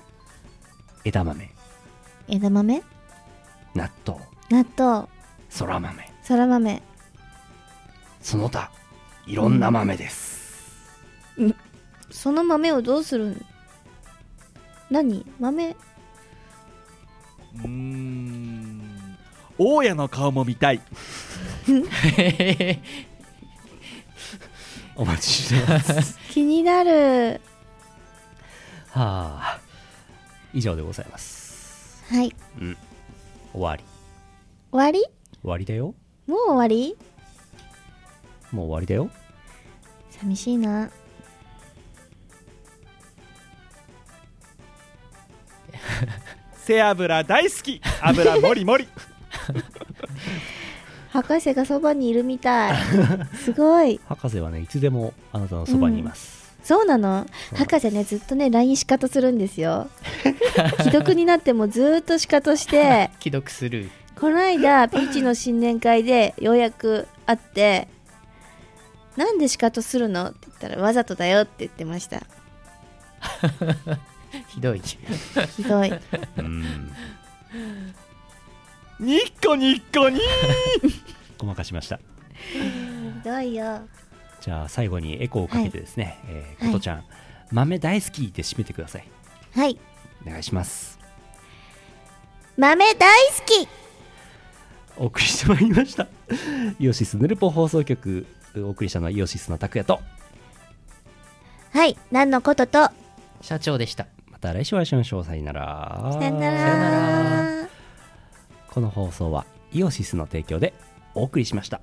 S3: 枝豆
S2: 枝豆
S3: 納豆
S2: 納豆
S3: そら豆
S2: そら豆
S3: その他いろんな豆です、
S2: その豆をどうするん何豆
S5: うーん大家の顔も見たい
S3: お待ちしてます
S2: 気になる
S3: はあ以上でございます
S2: はい終
S3: うん終わり
S2: わり
S3: 終わりだよ
S2: もう終わり
S3: もう終わりだよ
S2: 寂しいな
S5: 背脂大好き脂もりもり
S2: 博士がそばにいるみた いすごい
S3: 博士はねいつでもあなたのそばにいます、
S2: そうなの
S3: そう
S2: 博士ねずっとね LINE 仕方するんですよ 既読になってもずっと仕方 して
S1: 既読スルー
S2: この間ピーチの新年会でようやく会って「なんで仕方するの?」って言ったら「わざとだよ」って言ってました
S1: ひどい
S2: ひど い
S3: うん
S5: ニッコニッコニ
S3: ごまかしました
S2: ひどいよ
S3: じゃあ最後にエコーをかけてですね、えー
S2: はい
S3: ことちゃん、豆大好きで締めてください
S2: はい
S3: お願いします
S2: 豆大好き
S3: お送りしてまいりましたイオシスヌルポ放送局お送りしたのはイオシスの拓也と
S2: はい何のこととさ
S1: 社長でした
S3: また来週お会いしましょうさよなら
S2: よなら
S3: この放送はイオシスの提供でお送りしました